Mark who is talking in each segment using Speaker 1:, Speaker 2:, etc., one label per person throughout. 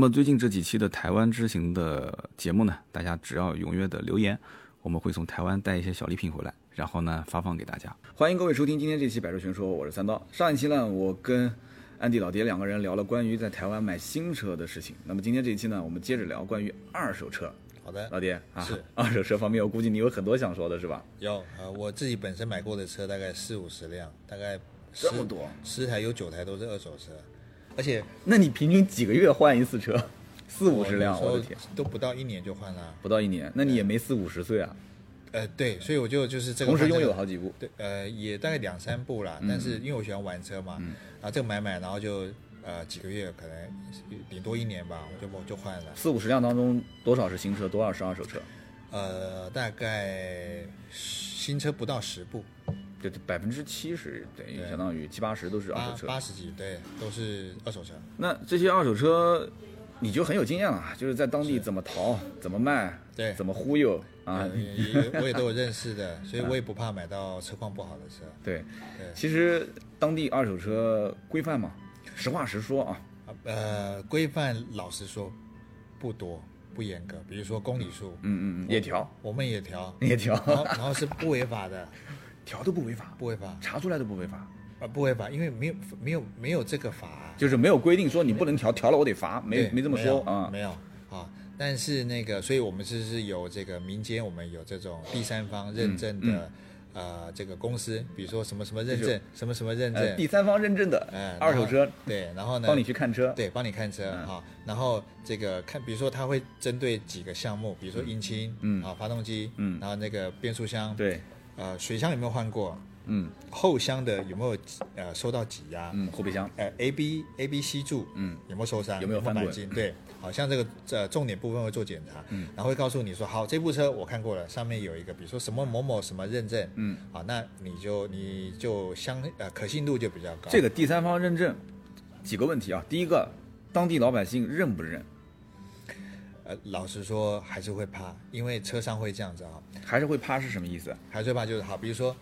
Speaker 1: 那么最近这几期的台湾之行的节目呢，大家只要踊跃的留言，我们会从台湾带一些小礼品回来，然后呢发放给大家。欢迎各位收听今天这期《百兽全说》，我是三刀。上一期呢，我跟安迪老爹两个人聊了关于在台湾买新车的事情。那么今天这一期呢，我们接着聊关于二手车。
Speaker 2: 好的，
Speaker 1: 老爹啊
Speaker 2: 是，
Speaker 1: 二手车方面，我估计你有很多想说的是吧？
Speaker 2: 有啊、呃我自己本身买过的车大概四五十辆，大概
Speaker 1: 这
Speaker 2: 10
Speaker 1: 么多，
Speaker 2: 十台有九台都是二手车，而且
Speaker 1: 那你平均几个月换一次车？四五十辆，
Speaker 2: 我
Speaker 1: 我
Speaker 2: 有
Speaker 1: 的
Speaker 2: 时
Speaker 1: 天，
Speaker 2: 候都不到一年就换了。
Speaker 1: 不到一年，那你也没四五十岁啊，
Speaker 2: 呃，对，所以我就就是这个
Speaker 1: 同时
Speaker 2: 换
Speaker 1: 拥
Speaker 2: 这个
Speaker 1: 有嗯好几部。
Speaker 2: 对，呃，也大概两三部啦。但是因为我喜欢玩车嘛，
Speaker 1: 嗯
Speaker 2: 然后这个买买，然后就呃几个月，可能顶多一年吧，我就我就换了。
Speaker 1: 四五十辆当中，多少是新车，多少是二手车？
Speaker 2: 呃，大概新车不到十部，
Speaker 1: 对，百分之七十等于
Speaker 2: 对
Speaker 1: 相当于七八十都是二
Speaker 2: 八
Speaker 1: 手车。
Speaker 2: 八十几，对，都是二手车。
Speaker 1: 那这些二手车，你就很有经验了，啊就是在当地怎么淘、怎么卖、
Speaker 2: 对
Speaker 1: 怎么忽悠啊
Speaker 2: 呃，也也我也都有认识的，所以我也不怕买到车况不好的车。
Speaker 1: 对
Speaker 2: 对。
Speaker 1: 其实当地二手车规范嘛，实话实说啊，
Speaker 2: 啊呃，规范老实说不多，不严格。比如说公里数，
Speaker 1: 嗯嗯嗯，也调，
Speaker 2: 我们也调
Speaker 1: 也调，
Speaker 2: 然后然后是不违法的，
Speaker 1: 调都不违法，
Speaker 2: 不违法
Speaker 1: 查出来都不违法，
Speaker 2: 啊，不违法，因为没有没有没有这个法啊、
Speaker 1: 就是没有规定说你不能调，调了我得罚，没
Speaker 2: 对
Speaker 1: 没这么
Speaker 2: 有
Speaker 1: 说啊。
Speaker 2: 没有啊。但是那个，所以我们是是有这个民间，我们有这种第三
Speaker 1: 嗯
Speaker 2: 方认证的，呃，这个公司，比如说什么什么认证，什么什么认
Speaker 1: 呃，
Speaker 2: 证，
Speaker 1: 第三方认证
Speaker 2: 嗯
Speaker 1: 的，二手车
Speaker 2: 然后对，然后呢，
Speaker 1: 帮你去看车，
Speaker 2: 对，帮你看车
Speaker 1: 嗯
Speaker 2: 哈、然后这个看，比如说他会针对几个项目，比如说引擎，
Speaker 1: 嗯
Speaker 2: 啊，发动机，
Speaker 1: 嗯
Speaker 2: 然后那个变速箱，，
Speaker 1: 对，
Speaker 2: 呃，水箱有没有换过？
Speaker 1: 嗯
Speaker 2: 后箱的有没有呃受到挤压？
Speaker 1: 嗯，后备箱，
Speaker 2: 呃，A B A B C 柱，
Speaker 1: 嗯，
Speaker 2: 有没有受伤？
Speaker 1: 有没嗯有翻滚
Speaker 2: 钣金？对，好像这个呃重点部分会做检查，嗯，然后会告诉你说，好，这部车我看过了，上面有一个，比如说什么某某什么认证，
Speaker 1: 嗯，
Speaker 2: 好，那你就你就相呃可信度就比较高。
Speaker 1: 这个第三方认证几个问题啊？第一个，当地老百姓认不认，
Speaker 2: 呃，老实说还是会怕，因为车上会这样子啊、
Speaker 1: 还是会怕是什么意思？
Speaker 2: 还是会怕就是好，比如说，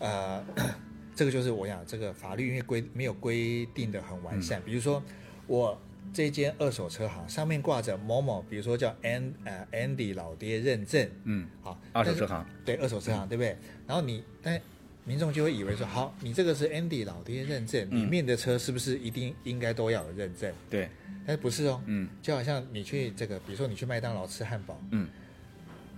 Speaker 2: 呃， 这个就是我想这个法律因为规没有规定的很完
Speaker 1: 嗯
Speaker 2: 善，比如说我这间二手车行上面挂着某某，比如说叫 An 呃 Andy 老爹认证，
Speaker 1: 嗯，
Speaker 2: 好，
Speaker 1: 二手
Speaker 2: 但是
Speaker 1: 车行，
Speaker 2: 对二手车行对不对？然后你但民众就会以为说，好，你这个是 Andy 老爹认证，
Speaker 1: 嗯
Speaker 2: 里面的车是不是一定应该都要有认证？
Speaker 1: 对，
Speaker 2: 但是不是哦，
Speaker 1: 嗯
Speaker 2: 就好像你去这个，比如说你去麦当劳吃汉堡，
Speaker 1: 嗯，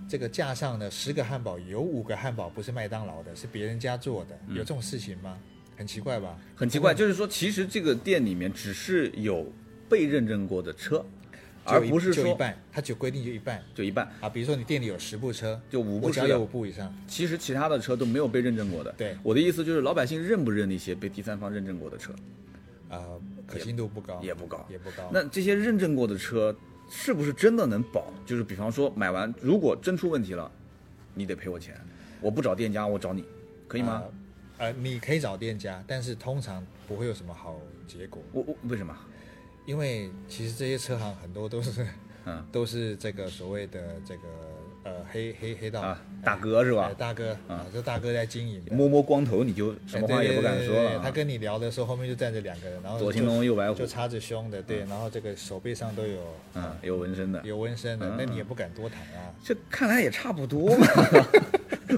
Speaker 2: 这个架上呢十个汉堡有五个汉堡不是麦当劳的，是别人家做的，
Speaker 1: 嗯
Speaker 2: 有这种事情吗？很奇怪吧？
Speaker 1: 很奇怪，就是说，其实这个店里面只是有被认证过的车，而
Speaker 2: 就一
Speaker 1: 不是
Speaker 2: 就一
Speaker 1: 说
Speaker 2: 半，它只规定就一半
Speaker 1: 就一半，
Speaker 2: 啊。比如说你店里有十部车，
Speaker 1: 就五部
Speaker 2: 我
Speaker 1: 是
Speaker 2: 只要
Speaker 1: 要
Speaker 2: 有五部以上，
Speaker 1: 其实其他的车都没有被认证过的。
Speaker 2: 对
Speaker 1: 我的意思就是，老百姓认不认那些被第三方认证过的车？
Speaker 2: 呃，可信度不高，
Speaker 1: 也不高
Speaker 2: 也不高。
Speaker 1: 那这些认证过的车是不是真的能保？就是比方说买完，如果真出问题了，你得赔我钱，我不找店家，我找你，可以吗？
Speaker 2: 呃？呃，你可以找店家，但是通常不会有什么好结果，
Speaker 1: 我我为什么？
Speaker 2: 因为其实这些车行很多都是
Speaker 1: 嗯
Speaker 2: 都是这个所谓的这个呃黑黑黑道
Speaker 1: 啊，大哥是吧嗯
Speaker 2: 哎？大哥啊，这大哥在经营的，
Speaker 1: 摸摸光头你就什么话也不敢说
Speaker 2: 哎对对对对
Speaker 1: 了
Speaker 2: 对他
Speaker 1: 啊。
Speaker 2: 跟你聊的时候，后面就站着两个人，然后
Speaker 1: 左青
Speaker 2: 就
Speaker 1: 龙右白虎
Speaker 2: 就插着胸的，对，然后这个手背上都有
Speaker 1: 嗯，有纹身的，
Speaker 2: 有纹身的，那你也不敢多谈啊。
Speaker 1: 这看来也差不多嘛。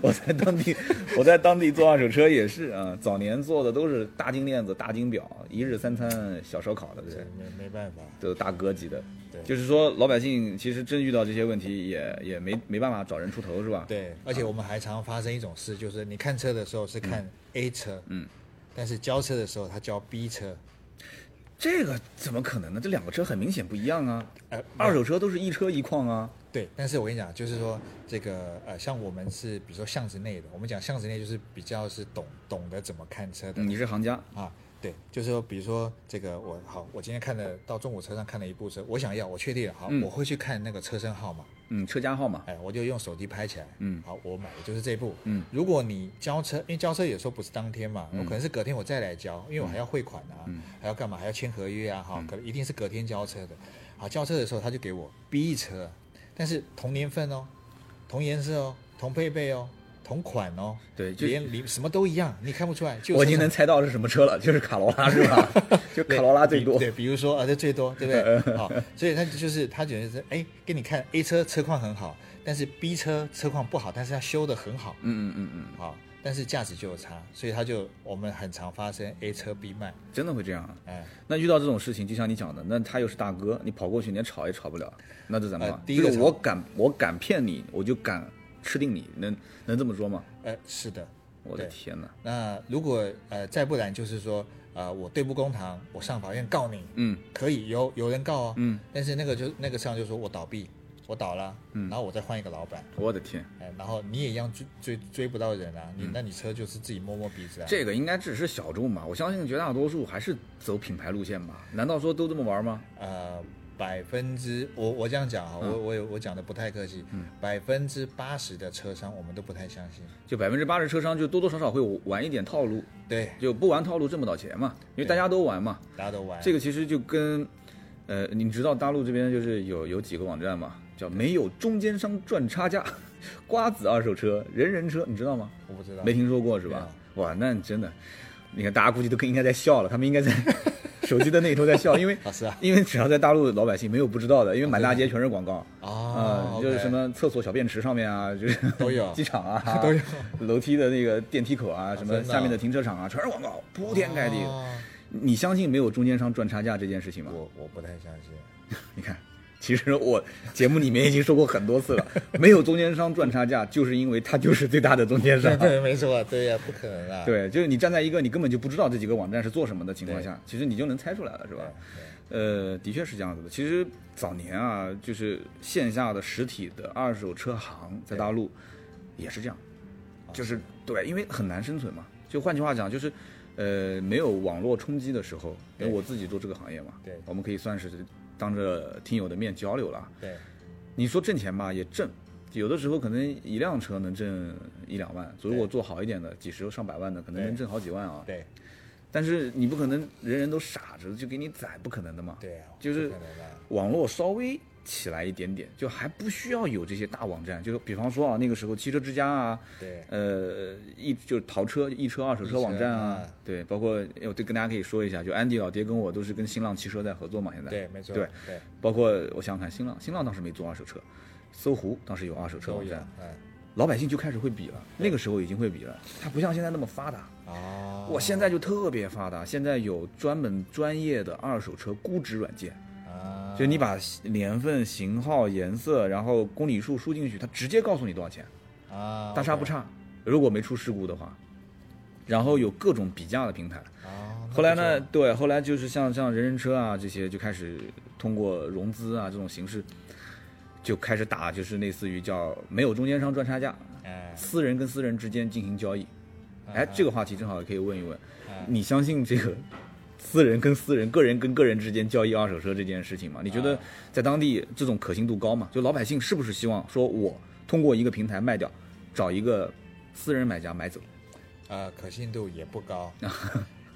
Speaker 1: 我在当地，我在当地做二手车也是啊，早年做的都是大金链子、大金表，一日三餐小烧烤的，对
Speaker 2: 这没没办法，
Speaker 1: 都大哥级的。
Speaker 2: 对
Speaker 1: 就是说老百姓其实真遇到这些问题也也没没办法找人出头是吧？，
Speaker 2: 对，而且我们还常发生一种事，就是你看车的时候是看 A 车，
Speaker 1: 嗯，
Speaker 2: 但是交车的时候他交 B 车，
Speaker 1: 这个怎么可能呢？这两个车很明显不一样啊，
Speaker 2: 呃，
Speaker 1: 二手车都是一车一况啊。
Speaker 2: 对，但是我跟你讲，就是说这个呃，像我们是比如说巷子内的，我们讲巷子内就是比较是懂懂得怎么看车的，
Speaker 1: 你是行家，
Speaker 2: 啊，对，就是说，比如说这个我好，我今天看了到中午车上看了一部车，我想要，我确定了，好，
Speaker 1: 嗯
Speaker 2: 我会去看那个车身号码，
Speaker 1: 嗯，车架号码，
Speaker 2: 哎，我就用手机拍起来，
Speaker 1: 嗯
Speaker 2: 好，我买的就是这部，
Speaker 1: 嗯，
Speaker 2: 如果你交车，因为交车有时候不是当天嘛，我可能是隔天我再来交，因为我还要汇款啊，
Speaker 1: 嗯
Speaker 2: 还要干嘛，还要签合约啊，哈，可能一定是隔天交车的，好，交车的时候他就给 E 我 B 车，但是同年份哦，同颜色哦，同配备哦，同款哦，
Speaker 1: 对就
Speaker 2: 连里什么都一样，你看不出来。就
Speaker 1: 我已
Speaker 2: 是
Speaker 1: 经能猜到是什么车了，就是卡罗拉是 吧？就卡罗拉最多。嗯
Speaker 2: 对，比如说啊，这最多，对不对？好，所以他就是他觉得是，哎，给你看 A 车车况很好，但是 B 车车况不好，但是它修的很好，
Speaker 1: 嗯嗯嗯嗯，
Speaker 2: 好，但是价值就有差，所以他就我们很常发生 A 车 B 卖，
Speaker 1: 真的会这样啊。
Speaker 2: 哎，
Speaker 1: 那遇到这种事情，就像你讲的，那他又是大哥，你跑过去连吵也吵不了，那这怎么办？
Speaker 2: 呃第一个
Speaker 1: 这
Speaker 2: 吵
Speaker 1: 我敢，我敢骗你，我就敢吃定你，能能这么说吗？
Speaker 2: 呃，是的。
Speaker 1: 我的
Speaker 2: 对
Speaker 1: 天哪！
Speaker 2: 那如果呃再不然就是说，呃，我对簿公堂，我上法院告你，
Speaker 1: 嗯
Speaker 2: 可以有有人告哦，
Speaker 1: 嗯，
Speaker 2: 但是那个就那个上就说我倒闭，我倒了，嗯，然后我再换一个老板，
Speaker 1: 我的天，
Speaker 2: 哎，然后你也一样追追追不到人啊，你、那你车就是自己摸摸鼻子啊，
Speaker 1: 嗯这个应该只是小众吧？我相信绝大多数还是走品牌路线吧？难道说都这么玩吗？
Speaker 2: 呃，百分之我我这样讲
Speaker 1: 嗯
Speaker 2: 啊，我我有我讲的不太客气，百分之八十的车商我们都不太相信，
Speaker 1: 就百分之八十车商就多多少少会玩一点套路，
Speaker 2: 对，
Speaker 1: 就不玩套路挣不到钱嘛，因为大家都玩嘛。
Speaker 2: 大家都玩
Speaker 1: 这
Speaker 2: 个
Speaker 1: 个其实就跟，呃，你知道大陆这边就是有有几个网站嘛，叫没有中间商赚差价， 瓜子二手车、人人车，你知道吗？
Speaker 2: 我不知道
Speaker 1: 没，听说过是吧？哇，那你真的，你看大家估计都应该在笑了，他们应该 在手机的那头在笑，因为
Speaker 2: 老师 啊，
Speaker 1: 因为只要在大陆老百姓没有不知道的，因为满
Speaker 2: 哦
Speaker 1: 大街全是广告。啊、
Speaker 2: 啊，
Speaker 1: 就是什
Speaker 2: OK
Speaker 1: 么厕所小便池上面啊， 就是
Speaker 2: 都有
Speaker 1: 机场啊
Speaker 2: 都有
Speaker 1: 楼梯的那个电梯口啊，什么
Speaker 2: 真的啊
Speaker 1: 下面的停车场啊，全是广告，铺天盖地的。嗯
Speaker 2: 哦
Speaker 1: 你相信没有中间商赚差价这件事情吗？
Speaker 2: 我我不太相 信，
Speaker 1: 你看，其实我节目里面已经说过很多次了， 没有中间商赚差价，就是因为他就是最大的中间商
Speaker 2: 对。对，没错，对呀、不可能啦，
Speaker 1: 对，就是你站在一个你根本就不知道这几个网站是做什么的情况下，其实你就能猜出来了，是吧？呃，的确是这样子的。其实早年啊，就是线下的实体的二手车行在大陆也是这样，
Speaker 2: 啊
Speaker 1: 就是对，因为很难生存嘛。就换句话讲，就是呃，没有网络冲击的时候，因为
Speaker 2: 对
Speaker 1: 我自己做这个行业嘛，
Speaker 2: 对
Speaker 1: 我们可以算是当着听友的面交流了。
Speaker 2: 对
Speaker 1: 你说挣钱吧，也挣。有的时候可能一辆车能挣一两万，如果做好一点的，几十上百万的，可能能
Speaker 2: 对
Speaker 1: 挣好几万啊。
Speaker 2: 对
Speaker 1: 但是你不可能人人都傻子就给你宰，不可能的嘛。
Speaker 2: 对啊，
Speaker 1: 就是
Speaker 2: 不可能啦，
Speaker 1: 网络稍微起来一点点，就还不需要有这些大网站，就是比方说啊，那个时候汽车之家啊，
Speaker 2: 对
Speaker 1: 呃，一就是淘车、一车、二手车网站啊
Speaker 2: 易车啊，
Speaker 1: 对，包括哎我对跟大家可以说一下，就安迪老爹跟我都是跟新浪汽车在合作嘛，现在
Speaker 2: 对，没错，
Speaker 1: 嗯对，
Speaker 2: 对，
Speaker 1: 包括我想想看，新浪新浪当时没做二手车，搜狐当时有二手车
Speaker 2: 都
Speaker 1: 网
Speaker 2: 有，
Speaker 1: 站，
Speaker 2: 嗯，
Speaker 1: 老百姓就开始会比了，那个时候已经会比了，它不像现在那么发达。
Speaker 2: 哦，
Speaker 1: 哇，现在就特别发达，现在有专门专业的二手车估值软件，
Speaker 2: 啊，
Speaker 1: 就你把年份、型号、颜色，然后公里数输进去，它直接告诉你多少钱，
Speaker 2: 啊，
Speaker 1: 大差不差。如果没出事故的话，然后有各种比价的平台。
Speaker 2: OK，啊，
Speaker 1: 后来呢，对，后来就是像像人人车啊这些，就开始通过融资啊这种形式，就开始打，就是类似于叫没有中间商赚差价，
Speaker 2: 哎，
Speaker 1: 私人跟私人之间进行交易。
Speaker 2: 啊
Speaker 1: 哎，这个话题正好可以问一问，你相信这个私人跟私人、个人跟个人之间交易二手车这件事情吗？你觉
Speaker 2: 啊
Speaker 1: 得在当地这种可信度高吗？就老百姓是不是希望说我通过一个平台卖掉，找一个私人买家买走？
Speaker 2: 呃，可信度也 不高，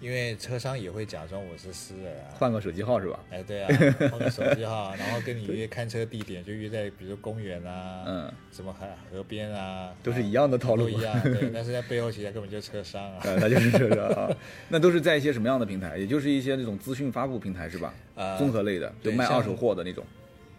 Speaker 2: 因为车商也会假装我是私人啊。
Speaker 1: 换个手机号是吧？
Speaker 2: 哎， 对啊，换个手机号，然后跟你约看车地点，就约在比如公园啊，
Speaker 1: 嗯，
Speaker 2: 什么河河边啊，
Speaker 1: 都是
Speaker 2: 啊
Speaker 1: 一样的套路
Speaker 2: 都一样，对，但是在背后其实根本就是车商啊。
Speaker 1: 呃，那就是这个啊，那都是在一些什么样的平台？也就是一些那种资讯发布平台是吧？
Speaker 2: 呃
Speaker 1: 综合类的，就
Speaker 2: 对
Speaker 1: 卖
Speaker 2: 像
Speaker 1: 二手货的那种。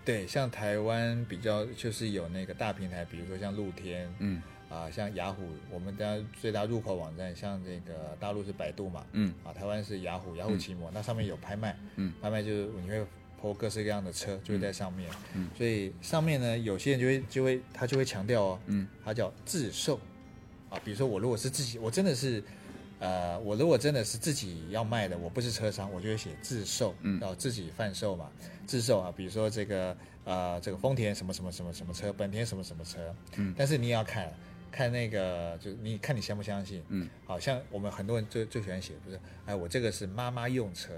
Speaker 2: 对，像台湾比较就是有那个大平台，比如说像露天，
Speaker 1: 嗯
Speaker 2: 啊、像雅虎，我们家最大入口网站，像这个大陆是百度嘛，
Speaker 1: 嗯，
Speaker 2: 啊，台湾是雅虎，雅虎奇摩，那上面有拍卖，
Speaker 1: 嗯，
Speaker 2: 拍卖就是你会抛各式各样的车，就会在上面，嗯，所以上面呢，有些人就会就会他就会强调哦，
Speaker 1: 嗯，
Speaker 2: 他叫自售，啊，比如说我如果是自己，我真的是。呃，我如果真的是自己要卖的，我不是车商，我就会写自售，嗯，然后自己贩售嘛，自售啊，比如说这个呃，这个丰田什么什么什么什么车，本田什么什么车，嗯，但是你也要看看那个，就是你看你相不相信，
Speaker 1: 嗯，
Speaker 2: 好像我们很多人最最喜欢写，不是，哎，我这个是妈妈用车，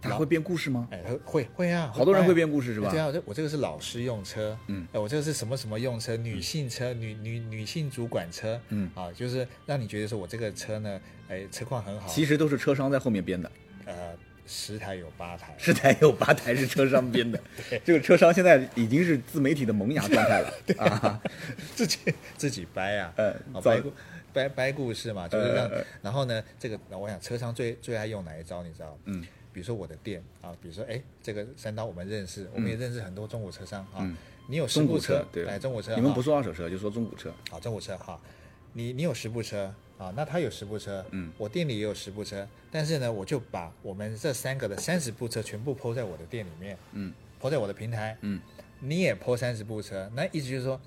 Speaker 1: 他会编故事吗？
Speaker 2: 哎，会会啊，
Speaker 1: 好多人
Speaker 2: 掰
Speaker 1: 会编故事是
Speaker 2: 哎
Speaker 1: 吧
Speaker 2: 对？啊，我这我这个是老师用车，嗯，哎，我这个是什么什么用车，
Speaker 1: 嗯
Speaker 2: 女性车，女女女性主管车，嗯，啊，就是让你觉得说我这个车呢，哎，车况很好，
Speaker 1: 其实都是车商在后面编的。
Speaker 2: 呃，十台有八台，
Speaker 1: 十台有八台是车商编的，这个车商现在已经是自媒体的萌芽状 态了啊，
Speaker 2: 自己自己掰啊，
Speaker 1: 呃
Speaker 2: 啊
Speaker 1: 造
Speaker 2: 掰故掰掰故事嘛，就是让。
Speaker 1: 呃呃
Speaker 2: 然后呢，这个我想车商最最爱用哪一招，你知道吗？
Speaker 1: 嗯
Speaker 2: 比如说我的店啊，比如说哎，这个三刀我们认识，我们也认识很多中古车商啊。
Speaker 1: 嗯
Speaker 2: 你有十
Speaker 1: 中古
Speaker 2: 部
Speaker 1: 车对，
Speaker 2: 哎，中古车，
Speaker 1: 你们
Speaker 2: 啊
Speaker 1: 不说二手车，就说中古车，
Speaker 2: 好，中古啊车哈，你你有十部车啊，那他有十部车，
Speaker 1: 嗯，
Speaker 2: 我店里也有十部车，但是呢，我就把我们这三个的三十部车全部抛在我的店里面，
Speaker 1: 嗯，
Speaker 2: 抛在我的平台，
Speaker 1: 嗯，
Speaker 2: 你也抛三十部车，那意思就是说，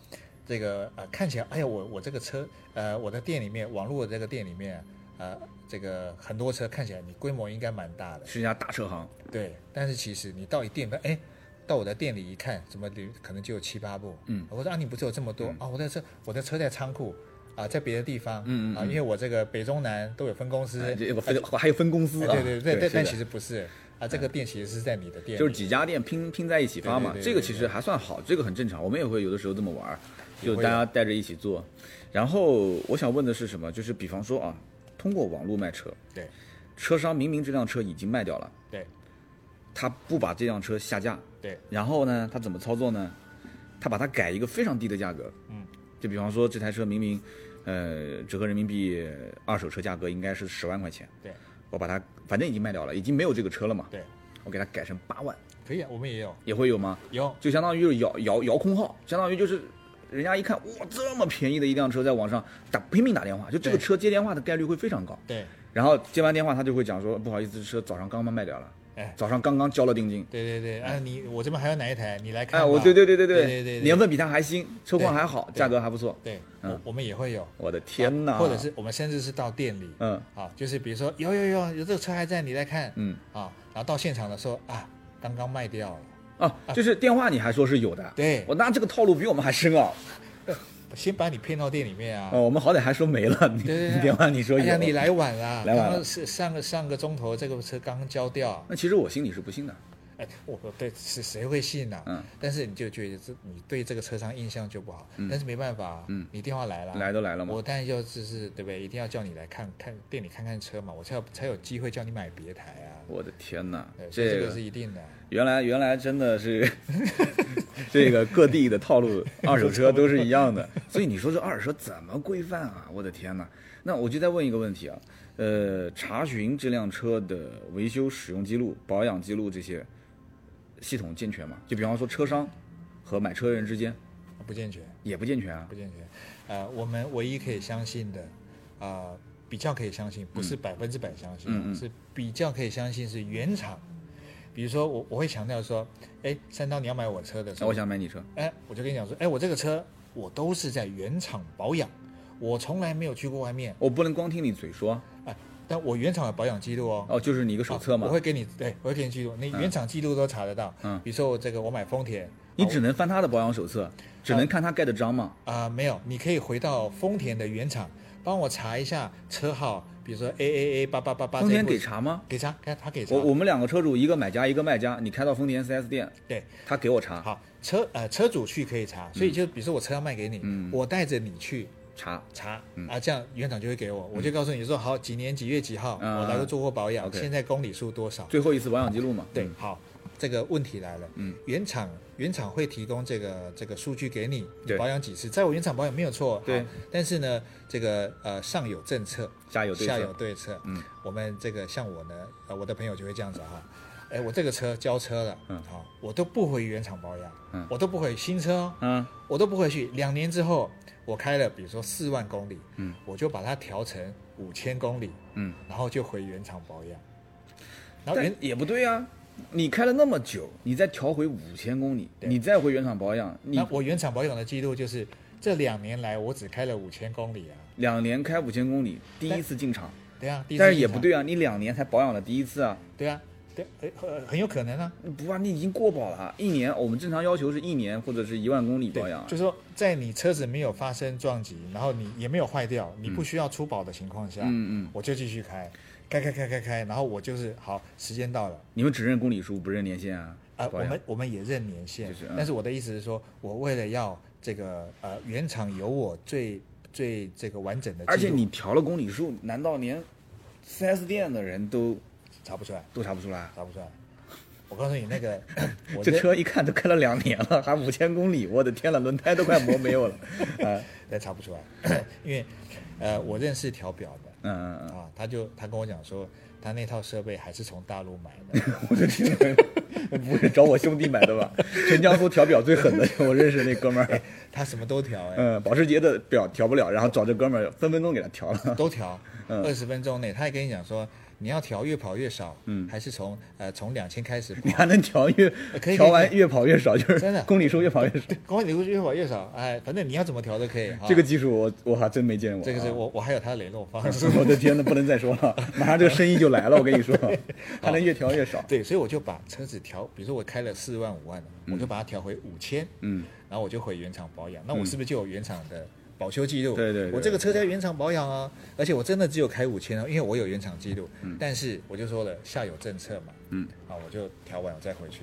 Speaker 2: 这个呃看起来，哎呀，我我这个车，呃，我的店里面，网络的这个店里面，呃，这个很多车看起来你规模应该蛮大的，
Speaker 1: 是一家大车行，
Speaker 2: 对，但是其实你到一店里面，哎，到我的店里一看，怎么里可能就有七八部？
Speaker 1: 嗯
Speaker 2: 我说啊，你不是有这么多、啊？我的车，我的车在仓库啊，在别的地方，
Speaker 1: 嗯嗯
Speaker 2: 啊，因为我这个北中南都有分公司，
Speaker 1: 哎这有个
Speaker 2: 啊
Speaker 1: 分还有分公司啊，
Speaker 2: 哎对对对，但
Speaker 1: 是
Speaker 2: 但
Speaker 1: 的嗯
Speaker 2: 其实不是啊，这个店其实是在你的店里，
Speaker 1: 就是几家店拼拼在一起发嘛，
Speaker 2: 对对对
Speaker 1: 这个其实还算好，这个很正常，我们也会有的时候这么玩儿，就
Speaker 2: 也会
Speaker 1: 大家带着一起做。然后我想问的是什么？就是比方说啊，通过网络卖车，
Speaker 2: 对
Speaker 1: 车商明明这辆车已经卖掉了，
Speaker 2: 对
Speaker 1: 他不把这辆车下架，
Speaker 2: 对，
Speaker 1: 然后呢，他怎么操作呢？他把它改一个非常低的价格，
Speaker 2: 嗯，
Speaker 1: 就比方说这台车明明，呃，折合人民币二手车价格应该是十万块钱，
Speaker 2: 对
Speaker 1: 我把它反正已经卖掉了，已经没有这个车了嘛，
Speaker 2: 对，
Speaker 1: 我给它改成八万，
Speaker 2: 可以啊，我们也有
Speaker 1: 也会有吗？
Speaker 2: 有，
Speaker 1: 就相当于就是遥遥遥控号，相当于就是人家一看哇这么便宜的一辆车，在网上打拼命打电话，就这个
Speaker 2: 对
Speaker 1: 车接电话的概率会非常高。
Speaker 2: 对
Speaker 1: 然后接完电话，他就会讲说不好意思，这车早上刚刚卖掉了，
Speaker 2: 哎
Speaker 1: 早上刚刚交了定金。
Speaker 2: 对对对，啊，你我这边还有哪一台？你来看
Speaker 1: 哎，
Speaker 2: 吧，
Speaker 1: 我对对对对
Speaker 2: 对对对，
Speaker 1: 年份比它还新，车况
Speaker 2: 对
Speaker 1: 还好，
Speaker 2: 对
Speaker 1: 价格还不错。
Speaker 2: 对，
Speaker 1: 嗯
Speaker 2: 我我们也会有，啊
Speaker 1: 我的天哪！
Speaker 2: 或者是我们甚至是到店里，
Speaker 1: 嗯
Speaker 2: 啊，就是比如说有有有有这个车还在，你来看，
Speaker 1: 嗯
Speaker 2: 啊，然后到现场的时候啊，刚刚卖掉了，
Speaker 1: 啊，就是电话你还说是有的，
Speaker 2: 对
Speaker 1: 我那这个套路比我们还深奥。
Speaker 2: 先把你骗到店里面啊，
Speaker 1: 哦，我们好歹还说没了，你
Speaker 2: 对对 对
Speaker 1: 你电话你说
Speaker 2: 哎呀，
Speaker 1: 有，
Speaker 2: 你来晚 了，
Speaker 1: 来晚了
Speaker 2: 刚刚是上个上个钟头这个车刚刚交掉，
Speaker 1: 那其实我心里是不信的。
Speaker 2: 哎，我我对是谁会信呢、
Speaker 1: 嗯，
Speaker 2: 但是你就觉得这你对这个车商印象就不好，但是没办法啊，
Speaker 1: 嗯
Speaker 2: 你电话来了，
Speaker 1: 来都来了嘛
Speaker 2: 我当然要就是对不对，一定要叫你来看看店里看看车嘛，我才有才有机会叫你买别台啊，
Speaker 1: 我的天哪
Speaker 2: 对，，所以
Speaker 1: 这
Speaker 2: 这个
Speaker 1: 个
Speaker 2: 是一定的啊。
Speaker 1: 原来原来真的是 这个各地的套路，二手车都是一样的。所以你说这二手车怎么规范啊？我的天哪！那我就再问一个问题啊，呃，查询这辆车的维修使用记录、保养记录这些系统健全吗？就比方说车商和买车人之间
Speaker 2: 不健全，
Speaker 1: 也不健全啊
Speaker 2: 不。健全。呃，我们唯一可以相信的，呃，比较可以相信，不是百分之百相信，
Speaker 1: 嗯嗯嗯
Speaker 2: 是比较可以相信是原厂。比如说我我会强调说，哎，三刀你要买我车的时
Speaker 1: 那啊
Speaker 2: 候，
Speaker 1: 我想买你车，
Speaker 2: 哎，我就跟你讲说，哎，我这个车我都是在原厂保养，我从来没有去过外面，
Speaker 1: 我不能光听你嘴说
Speaker 2: 哎，但我原厂有保养记录哦。
Speaker 1: 哦，就是你一个手册嘛
Speaker 2: 我，会给你，对，我会给你记录，你原厂记录都查得到。
Speaker 1: 嗯
Speaker 2: 比如说我这个我买丰田，
Speaker 1: 你
Speaker 2: 啊
Speaker 1: 只能翻他的保养手册，只能看他盖的章嘛。
Speaker 2: 啊、没有，你可以回到丰田的原厂，帮我查一下车号，比如说 A A A 八八八八。
Speaker 1: 丰田给查吗？
Speaker 2: 给查，看他给查。
Speaker 1: 我我们两个车主，一个买家，一个卖家，你开到丰田 4S 店，
Speaker 2: 对，
Speaker 1: 他给我查
Speaker 2: 好，车呃车主去可以
Speaker 1: 嗯
Speaker 2: 查，所以就比如说我车要卖给你，我带着你去
Speaker 1: 查，
Speaker 2: 查、
Speaker 1: 嗯
Speaker 2: 啊，这样原厂就会给我，我就告诉你说好几年几月几号、
Speaker 1: 嗯
Speaker 2: 我来过做过保养，
Speaker 1: OK
Speaker 2: 现在公里数多少？
Speaker 1: 最后一次保养记录嘛。
Speaker 2: 对
Speaker 1: 嗯，
Speaker 2: 好，这个问题来了，
Speaker 1: 嗯，
Speaker 2: 原厂原厂会提供这个这个数据给你，你
Speaker 1: 对
Speaker 2: 保养几次，在我原厂保养没有错，
Speaker 1: 对
Speaker 2: 好，但是呢，这个呃上有政策，
Speaker 1: 下有对
Speaker 2: 下有
Speaker 1: 策。
Speaker 2: 对策，
Speaker 1: 嗯，
Speaker 2: 我们这个像我呢，呃，我的朋友就会这样子哈，哎，我这个车交车了，
Speaker 1: 嗯
Speaker 2: 好，我都不回原厂保养，
Speaker 1: 嗯
Speaker 2: 我都不回新车哦，
Speaker 1: 嗯，
Speaker 2: 我都不回去，两年之后我开了，比如说四万公里，
Speaker 1: 嗯，
Speaker 2: 我就把它调成五千公里，
Speaker 1: 嗯，
Speaker 2: 然后就回原厂保养，然后原
Speaker 1: 但也不对啊，你开了那么久，你再调回五千公里，
Speaker 2: 对
Speaker 1: 你再回原厂保养，你
Speaker 2: 那我原厂保养的记录就是这两年来我只开了五千公里啊，
Speaker 1: 两年开五千公里，第一次进厂，
Speaker 2: 对啊，第一次
Speaker 1: 但是也
Speaker 2: 进
Speaker 1: 不
Speaker 2: 厂，
Speaker 1: 对啊，你两年才保养了第一次啊，
Speaker 2: 对啊，对，很很很有可能啊，
Speaker 1: 不啊，你已经过保了啊，一年我们正常要求是一年或者是一万公里
Speaker 2: 对
Speaker 1: 保养啊，
Speaker 2: 就是说在你车子没有发生撞击，然后你也没有坏掉，你不需要出保的情况下，
Speaker 1: 嗯嗯，
Speaker 2: 我就继续开，开开开开开，然后我就是好，时间到了。
Speaker 1: 你们只认公里数不认年限啊，
Speaker 2: 呃，我
Speaker 1: 保养
Speaker 2: 们我们也认年限，
Speaker 1: 就是嗯
Speaker 2: 但是我的意思是说，我为了要这个呃原厂有我最最这个完整的记录，
Speaker 1: 而且你调了公里数，难道连 4S 店的人都
Speaker 2: 查不出来，
Speaker 1: 都查不出来。
Speaker 2: 查不出来。我告诉你，那 个我
Speaker 1: 这
Speaker 2: 这
Speaker 1: 车一看都开了两年了，还五千公里，我的天了，轮胎都快磨没有了。啊，
Speaker 2: 那哎查不出来， 因为呃，我认识调表的，
Speaker 1: 嗯嗯嗯，
Speaker 2: 啊，他就他跟我讲说，他那套设备还是从大陆买的，
Speaker 1: 我的天哪，不是找我兄弟买的吧？全江苏调表最狠的，我认识那哥们儿，
Speaker 2: 他什么都调哎、
Speaker 1: 嗯，保时捷的表调不了，然后找这哥们儿分分钟给他调了。
Speaker 2: 都调，
Speaker 1: 嗯
Speaker 2: 二十分钟内，他还跟你讲说，你要调越跑越少，嗯，还是从呃从两千开始
Speaker 1: 你
Speaker 2: 跑，
Speaker 1: 还能调越
Speaker 2: 可 以
Speaker 1: 调完越跑越少，就是
Speaker 2: 真的
Speaker 1: 公里数越跑越少。
Speaker 2: 公里数越跑越少，哎，反正你要怎么调都可以。啊
Speaker 1: 这个技术我我还真没见过。啊
Speaker 2: 这个是我我还有他的联络方式，
Speaker 1: 我的天呐，不能再说了，马上这个生意就来了，我跟你 说，还能越调越少。
Speaker 2: 对，所以我就把车子调，比如说我开了四万五万的，我就把它调回五千，
Speaker 1: 嗯，
Speaker 2: 然后我就回原厂保养，那我是不是就有原厂的保修记录？
Speaker 1: 对对对
Speaker 2: 我这个车在原厂保养啊，而且我真的只有开五千啊，因为我有原厂记录。但是我就说了，下有政策嘛，
Speaker 1: 嗯，
Speaker 2: 啊，我就调完我再回去，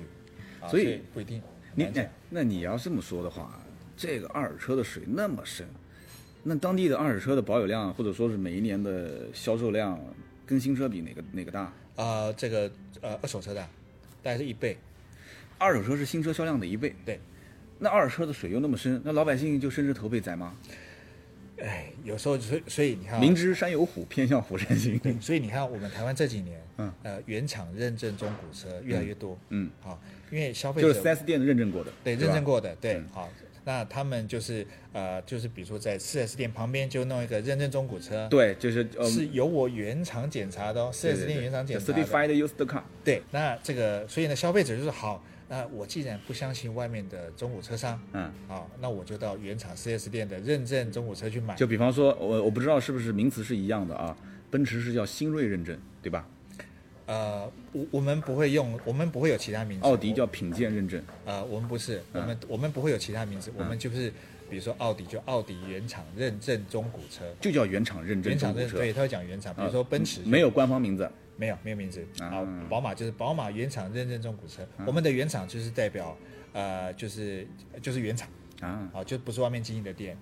Speaker 2: 啊、
Speaker 1: 所以
Speaker 2: 不一定。
Speaker 1: 你
Speaker 2: 很难
Speaker 1: 哎，那你要这么说的话，这个二手车的水那么深，那当地的二手车的保有量或者说是每一年的销售量，跟新车比哪个哪个大？
Speaker 2: 讲啊、这个呃二手车的，大概是一倍，
Speaker 1: 二手车是新车销量的一倍，
Speaker 2: 对，
Speaker 1: 那二手车的水又那么深，那老百姓就伸着头被宰吗？
Speaker 2: 哎，有时候所以所以你看、啊，
Speaker 1: 明知山有虎，偏向虎山行。
Speaker 2: 对，所以你看我们台湾这几年，
Speaker 1: 嗯，
Speaker 2: 呃，原厂认证中古车越来越多，
Speaker 1: 嗯，
Speaker 2: 好、因为消费
Speaker 1: 就
Speaker 2: 者
Speaker 1: 是 4S 店认证过的，
Speaker 2: 对，
Speaker 1: 吧
Speaker 2: 认证过的，对
Speaker 1: 嗯，
Speaker 2: 好、那他们就是呃，就是比如说在四 S 店旁边就弄一个认证中古车，，
Speaker 1: 对，就是呃，
Speaker 2: 是由我原厂检查的哦，四 S 店原厂检查的，
Speaker 1: certified used car，
Speaker 2: 对，那这个所以呢，消费者就是好，那我既然不相信外面的中古车商，
Speaker 1: 嗯。
Speaker 2: 好，那我就到原厂四 S 店的认证中古车去买，
Speaker 1: 就比方说，我我不知道是不是名词是一样的啊，奔驰是叫新锐认证，对吧？
Speaker 2: 呃，我我们不会用，我们不会有其他名字，
Speaker 1: 奥迪嗯
Speaker 2: 我
Speaker 1: 叫品鉴认证，
Speaker 2: 呃，我们不是，我们、我们不会有其他名
Speaker 1: 嗯
Speaker 2: 字，我们就是比如说奥迪就奥迪原厂认证中古车。
Speaker 1: 就叫原厂认证
Speaker 2: 原
Speaker 1: 中
Speaker 2: 厂
Speaker 1: 古
Speaker 2: 认
Speaker 1: 车。
Speaker 2: 对，他会讲原厂，比如
Speaker 1: 啊
Speaker 2: 说奔驰、
Speaker 1: 没有官方名字，
Speaker 2: 没有没有名字
Speaker 1: 啊
Speaker 2: 啊，宝马就是宝马原厂认证中古车，我们的原厂就是代表呃就是就是原厂
Speaker 1: 啊，
Speaker 2: 啊，就不是外面经营的店。啊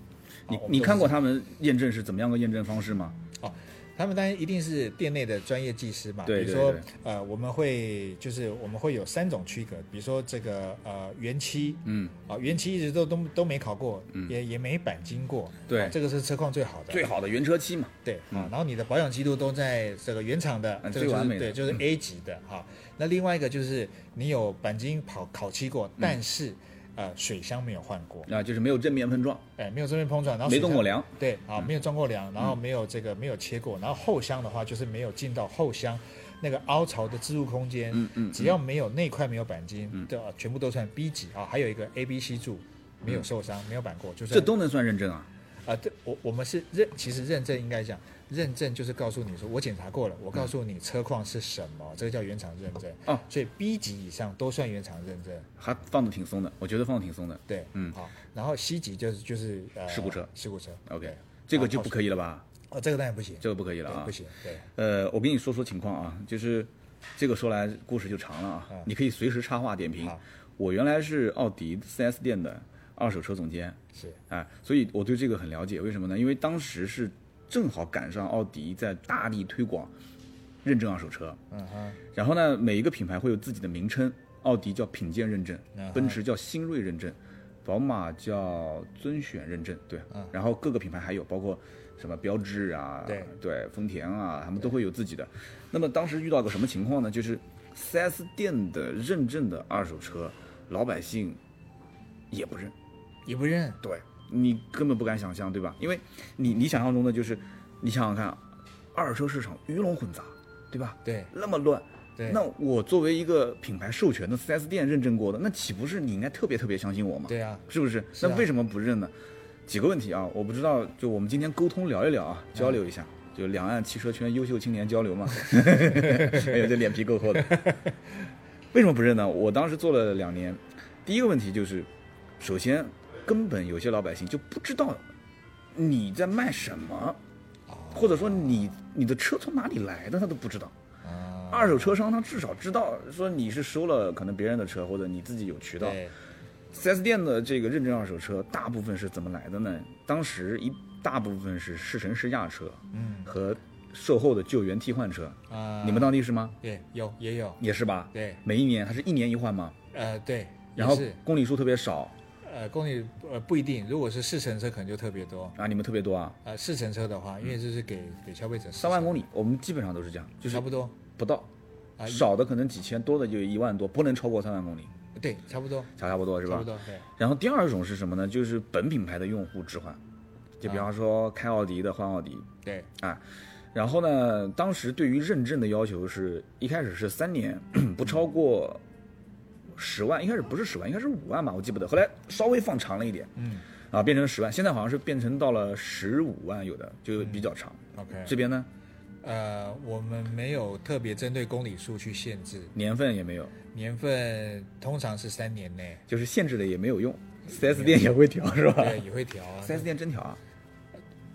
Speaker 1: 你
Speaker 2: 我们
Speaker 1: 你
Speaker 2: 都
Speaker 1: 看
Speaker 2: 是
Speaker 1: 过他们验证是怎么样个验证方式吗？
Speaker 2: 哦，他们当然一定是店内的专业技师嘛。
Speaker 1: 对
Speaker 2: 比
Speaker 1: 对
Speaker 2: 如说
Speaker 1: 对，
Speaker 2: 呃，我们会就是我们会有三种区隔，比如说这个呃原漆，
Speaker 1: 嗯，
Speaker 2: 啊、原漆一直都都都没考过，也也没钣金过，
Speaker 1: 对
Speaker 2: 啊这个是车况最好的，
Speaker 1: 哎最好的原车漆嘛，
Speaker 2: 对，啊，然后你的保养记录都在这个原厂的
Speaker 1: 嗯，
Speaker 2: 这个
Speaker 1: 最
Speaker 2: 就
Speaker 1: 完
Speaker 2: 是
Speaker 1: 美的
Speaker 2: 对，就是 A 级的哈。那另外一个就是你有钣金跑烤漆过，
Speaker 1: 嗯
Speaker 2: 但是呃水箱没有换过，
Speaker 1: 啊，就是没有正面碰撞，
Speaker 2: 哎，没有正面碰撞，然后
Speaker 1: 没
Speaker 2: 水
Speaker 1: 动
Speaker 2: 箱
Speaker 1: 过，嗯梁，
Speaker 2: 对啊，没有装过梁，然后没有这个没有切过，然后后箱的话就是没有进到后箱那个凹槽的置入空间，
Speaker 1: 嗯嗯
Speaker 2: 只要没有那块没有钣金，对、啊，全部都算 B 级啊。还有一个 A、B、C 柱没有受伤，没有钣过，就
Speaker 1: 嗯
Speaker 2: 算
Speaker 1: 这都能算认证啊？
Speaker 2: 啊，这我我们是认，其实认证应该讲，认证就是告诉你说，我检查过了，我告诉你车况是什么，这个叫原厂认证。
Speaker 1: 哦
Speaker 2: 所以 B 级以上都算原厂认证。
Speaker 1: 还放的挺松的，我觉得放的挺松的。
Speaker 2: 对，
Speaker 1: 嗯
Speaker 2: 好，然后 C 级就是就是呃
Speaker 1: 事故车
Speaker 2: 事故车。
Speaker 1: OK，
Speaker 2: 对啊
Speaker 1: 这个就不可以了吧？
Speaker 2: 哦，这个当然不行，
Speaker 1: 这个不可以了
Speaker 2: 对
Speaker 1: 啊
Speaker 2: 不！行，对，
Speaker 1: 呃，我跟你说说情况啊，就是这个说来故事就长了啊，你可以随时插话点评
Speaker 2: 好。
Speaker 1: 我原来是奥迪 4S 店的二手车总监，
Speaker 2: 是
Speaker 1: 哎，所以我对这个很了解。为什么呢？因为当时是正好赶上奥迪在大力推广认证二手车，
Speaker 2: 嗯哼，
Speaker 1: 然后呢，每一个品牌会有自己的名称，奥迪叫品鉴认证
Speaker 2: 嗯，哼
Speaker 1: 奔驰叫新锐认证，宝马叫尊选认证，对。然后各个品牌还有，包括什么标志啊，
Speaker 2: 对
Speaker 1: 丰田啊，他们都会有自己的。那么当时遇到个什么情况呢？就是 4S 店的认证的二手车，老百姓也不认。
Speaker 2: 也不认，
Speaker 1: 对你根本不敢想象，对吧？因为你你想象中的就是，你想想看，二手车市场鱼龙混杂，对吧？
Speaker 2: 对
Speaker 1: 那么乱。
Speaker 2: 对
Speaker 1: 那我作为一个品牌授权的 4S 店认证过的，那岂不是你应该特别特别相信我吗？
Speaker 2: 对啊，
Speaker 1: 是不是？
Speaker 2: 是啊
Speaker 1: 那为什么不认呢？几个问题啊，我不知道，就我们今天沟通聊一聊
Speaker 2: 嗯
Speaker 1: 啊，交流一下，就两岸汽车圈优秀青年交流 嘛。 哎呦，这脸皮够厚的。为什么不认呢？我当时做了两年，第一个问题就是，首先根本有些老百姓就不知道你在卖什么，或者说你你的车从哪里来的，他都不知道。
Speaker 2: 啊，
Speaker 1: 二手车商他至少知道说你是收了可能别人的车，或者你自己有渠道。
Speaker 2: 对，
Speaker 1: 4S 店的这个认证二手车，大部分是怎么来的呢？当时一大部分是试乘试驾车
Speaker 2: 嗯，
Speaker 1: 和售后的救援替换车，
Speaker 2: 啊，
Speaker 1: 你们当地是吗？
Speaker 2: 对有也有
Speaker 1: 也是吧？
Speaker 2: 对，
Speaker 1: 每一年它是一年一换吗？
Speaker 2: 呃对，
Speaker 1: 然后
Speaker 2: 也是
Speaker 1: 公里数特别少
Speaker 2: 呃公里呃不一定，如果是四乘车可能就特别多，
Speaker 1: 啊，你们特别多啊，
Speaker 2: 呃四乘车的话，因为这是给给消费者试
Speaker 1: 三万
Speaker 2: 乘
Speaker 1: 公里，我们基本上都是这样，就是
Speaker 2: 差不多
Speaker 1: 不到，
Speaker 2: 啊
Speaker 1: 少的可能几千，多的就一万多，不能超过三万公里，
Speaker 2: 对差不多
Speaker 1: 差差不多是
Speaker 2: 差
Speaker 1: 吧
Speaker 2: 不？多对
Speaker 1: 然后第二种是什么呢？就是本品牌的用户置换，就比方说开奥迪的换奥迪，
Speaker 2: 对
Speaker 1: 然后呢，当时对于认证的要求是一开始是三年 不超过十万，一开始不是十万，应该是五万吧，我记不得，后来稍微放长了一点
Speaker 2: 嗯
Speaker 1: 啊，变成十万，现在好像是变成到了十五万，有的就比较长。
Speaker 2: OK
Speaker 1: 这边呢，
Speaker 2: 呃我们没有特别针对公里数去限制，
Speaker 1: 年份也没有，
Speaker 2: 年份通常是三年 内，
Speaker 1: 就是限制了也没有用，4S 店也会调是吧
Speaker 2: 对也会调啊，
Speaker 1: ？4S 店真调啊？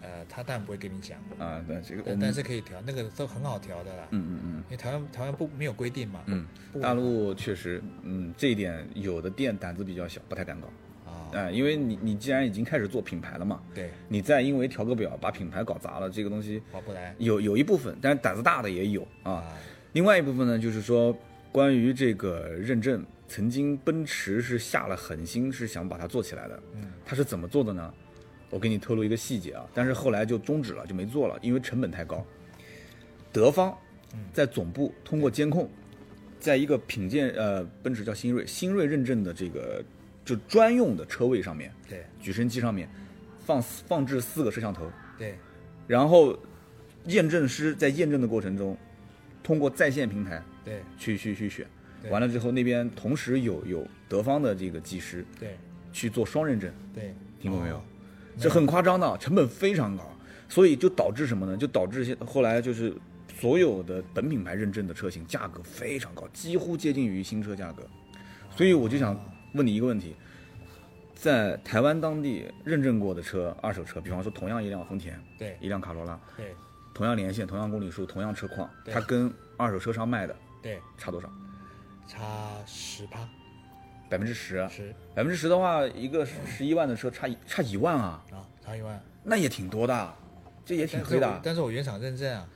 Speaker 2: 呃他当然不会跟你讲，
Speaker 1: 啊，对，这个我
Speaker 2: 但
Speaker 1: 们
Speaker 2: 但是可以调，那个都很好调的啦，
Speaker 1: 嗯嗯嗯。
Speaker 2: 因为台湾台湾不没有规定嘛，
Speaker 1: 嗯，
Speaker 2: 不
Speaker 1: 大陆确实，嗯，这一点有的店胆子比较小，不太敢搞。
Speaker 2: 啊
Speaker 1: 哎、因为你你既然已经开始做品牌了嘛，
Speaker 2: 对
Speaker 1: 你再因为调个表把品牌搞砸了，这个东西
Speaker 2: 划不来
Speaker 1: 有有一部分，但是胆子大的也有啊。
Speaker 2: 啊
Speaker 1: 另外一部分呢，就是说关于这个认证，曾经奔驰是下了狠心是想把它做起来的，
Speaker 2: 嗯，
Speaker 1: 它是怎么做的呢？我给你透露一个细节啊，但是后来就终止了，就没做了，因为成本太高。德方在总部通过监控，在一个品鉴呃奔驰叫新锐，新锐认证的这个就专用的车位上面，
Speaker 2: 对
Speaker 1: 举升机上面放放置四个摄像头，
Speaker 2: 对
Speaker 1: 然后验证师在验证的过程中，通过在线平台
Speaker 2: 对
Speaker 1: 去去去选，
Speaker 2: 对
Speaker 1: 完了之后那边同时有有德方的这个技师
Speaker 2: 对
Speaker 1: 去做双认证，
Speaker 2: 对，
Speaker 1: 听过没有
Speaker 2: 哦？
Speaker 1: 这很夸张的，成本非常高，所以就导致什么呢？就导致现后来就是所有的本品牌认证的车型价格非常高，几乎接近于新车价格。所以我就
Speaker 2: 哦
Speaker 1: 想问你一个问题，在台湾当地认证过的车，二手车，比方说同样一辆丰田，
Speaker 2: 对
Speaker 1: 一辆卡罗拉，
Speaker 2: 对
Speaker 1: 同样年限、同样公里数、同样车况，
Speaker 2: 对
Speaker 1: 它跟二手车商卖的
Speaker 2: 对，
Speaker 1: 差多少？
Speaker 2: 差十趴
Speaker 1: 百分之十，啊
Speaker 2: 十
Speaker 1: 百分之十的话，一个十一万的车差一差一万啊，
Speaker 2: 啊，差一万，
Speaker 1: 那也挺多的啊，这也挺
Speaker 2: 但
Speaker 1: 亏
Speaker 2: 是
Speaker 1: 的
Speaker 2: 我
Speaker 1: 啊。
Speaker 2: 但是我原厂认证啊，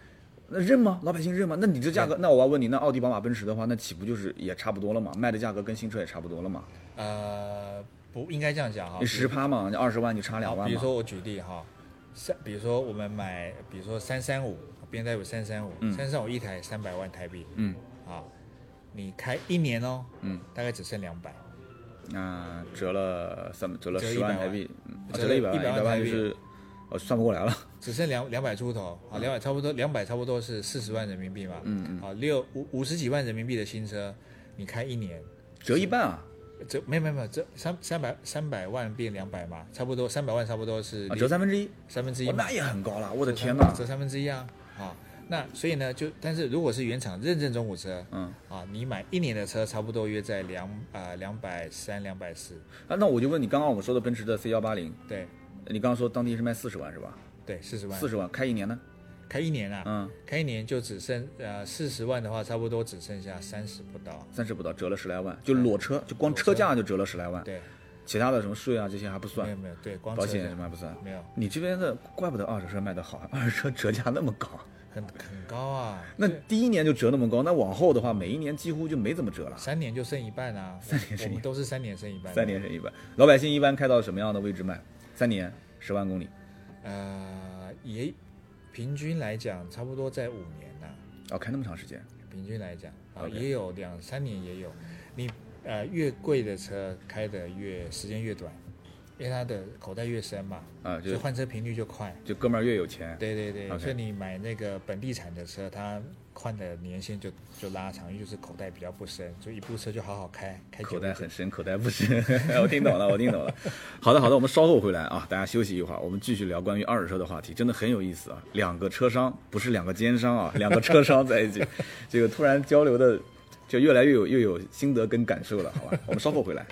Speaker 1: 那认吗？老百姓认吗？那你这价格，那我要问你，那奥迪、宝马、奔驰的话，那岂不就是也差不多了嘛？卖的价格跟新车也差不多了嘛？
Speaker 2: 呃，不应该这样讲哈
Speaker 1: 你，十趴嘛，你二十万你差两
Speaker 2: 好
Speaker 1: 万
Speaker 2: 比如
Speaker 1: 嘛？
Speaker 2: 说我举例哈，三，比如说我们买，比如说三三五，B N W 三三五，三三五一台三百万台币
Speaker 1: 嗯
Speaker 2: 啊，你开一年哦，
Speaker 1: 嗯，
Speaker 2: 大概只剩两百，
Speaker 1: 那折了三折了
Speaker 2: 折
Speaker 1: 十万
Speaker 2: 100
Speaker 1: 台币，嗯啊
Speaker 2: 哦折
Speaker 1: 折了一百
Speaker 2: 了
Speaker 1: 万，
Speaker 2: 100
Speaker 1: 一百万
Speaker 2: 万
Speaker 1: 就
Speaker 2: 台币
Speaker 1: 是呃算不过来了。
Speaker 2: 只剩两两百出头
Speaker 1: 嗯
Speaker 2: 啊，两百差不多，两百差不多是四十万人民币嘛，嗯嗯，啊六五五十几万人民币的新车，你开一年，
Speaker 1: 折一半啊，
Speaker 2: 这没有没有没有，这三三百三百万变两百嘛，差不多三百万差不多是
Speaker 1: 啊折三分之一，
Speaker 2: 三分之一
Speaker 1: 哦
Speaker 2: 嘛，
Speaker 1: 那也很高了，我的天哪！
Speaker 2: 折三分之一啊啊！那所以呢，就但是如果是原厂认证中古车，
Speaker 1: 嗯
Speaker 2: 啊，你买一年的车差不多约在两啊两百三两百四，
Speaker 1: 啊，那我就问你，刚刚我们说的奔驰的 C 幺八零，
Speaker 2: 对
Speaker 1: 你刚刚说当地是卖四十万是吧？
Speaker 2: 对四十万，
Speaker 1: 四十万开一年呢？
Speaker 2: 开一年啊，
Speaker 1: 嗯，
Speaker 2: 开一年就只剩呃四十万的话，差不多只剩下三十不到，
Speaker 1: 三十不到，折了十来万，就裸车，就光车价就折了十来万，
Speaker 2: 对，
Speaker 1: 其他的什么税啊这些还不
Speaker 2: 没
Speaker 1: 算
Speaker 2: 有，没有，对，光
Speaker 1: 保
Speaker 2: 车
Speaker 1: 险
Speaker 2: 的
Speaker 1: 什么还不算。
Speaker 2: 没有，
Speaker 1: 你这边的怪不得二手车卖得好， 二手车折价那么高，
Speaker 2: 很很高啊，
Speaker 1: 那第一年就折那么高，那往后的话每一年几乎就没怎么折了。
Speaker 2: 三年就剩一半啊，
Speaker 1: 三年剩一半
Speaker 2: 我们都是三年剩一半，
Speaker 1: 三年，是一般，老百姓一般开到什么样的位置卖？三年十万公里
Speaker 2: 呃，也平均来讲差不多在五年啊呐、
Speaker 1: 哦，开那么长时间，
Speaker 2: 平均来讲啊，
Speaker 1: OK
Speaker 2: 也有两三年也有。你呃越贵的车开的越时间越短，因为它的口袋越深嘛，
Speaker 1: 啊，
Speaker 2: 所以
Speaker 1: 就
Speaker 2: 换车频率就快。
Speaker 1: 就哥们儿越有钱，
Speaker 2: 对对对
Speaker 1: OK
Speaker 2: 所以你买那个本地产的车，它换的年限就就拉长，因为就是口袋比较不深，所以一部车就好好开，开久
Speaker 1: 口
Speaker 2: 一
Speaker 1: 袋
Speaker 2: 点
Speaker 1: 很深，口袋不深。 我听懂了，我听懂了。好的，好的，我们稍后回来啊，大家休息一会儿，我们继续聊关于二手车的话题，真的很有意思啊。两个车商不是两个奸商啊，两个车商在一起，这个突然交流的就越来越有又有心得跟感受了，好吧？我们稍后回来。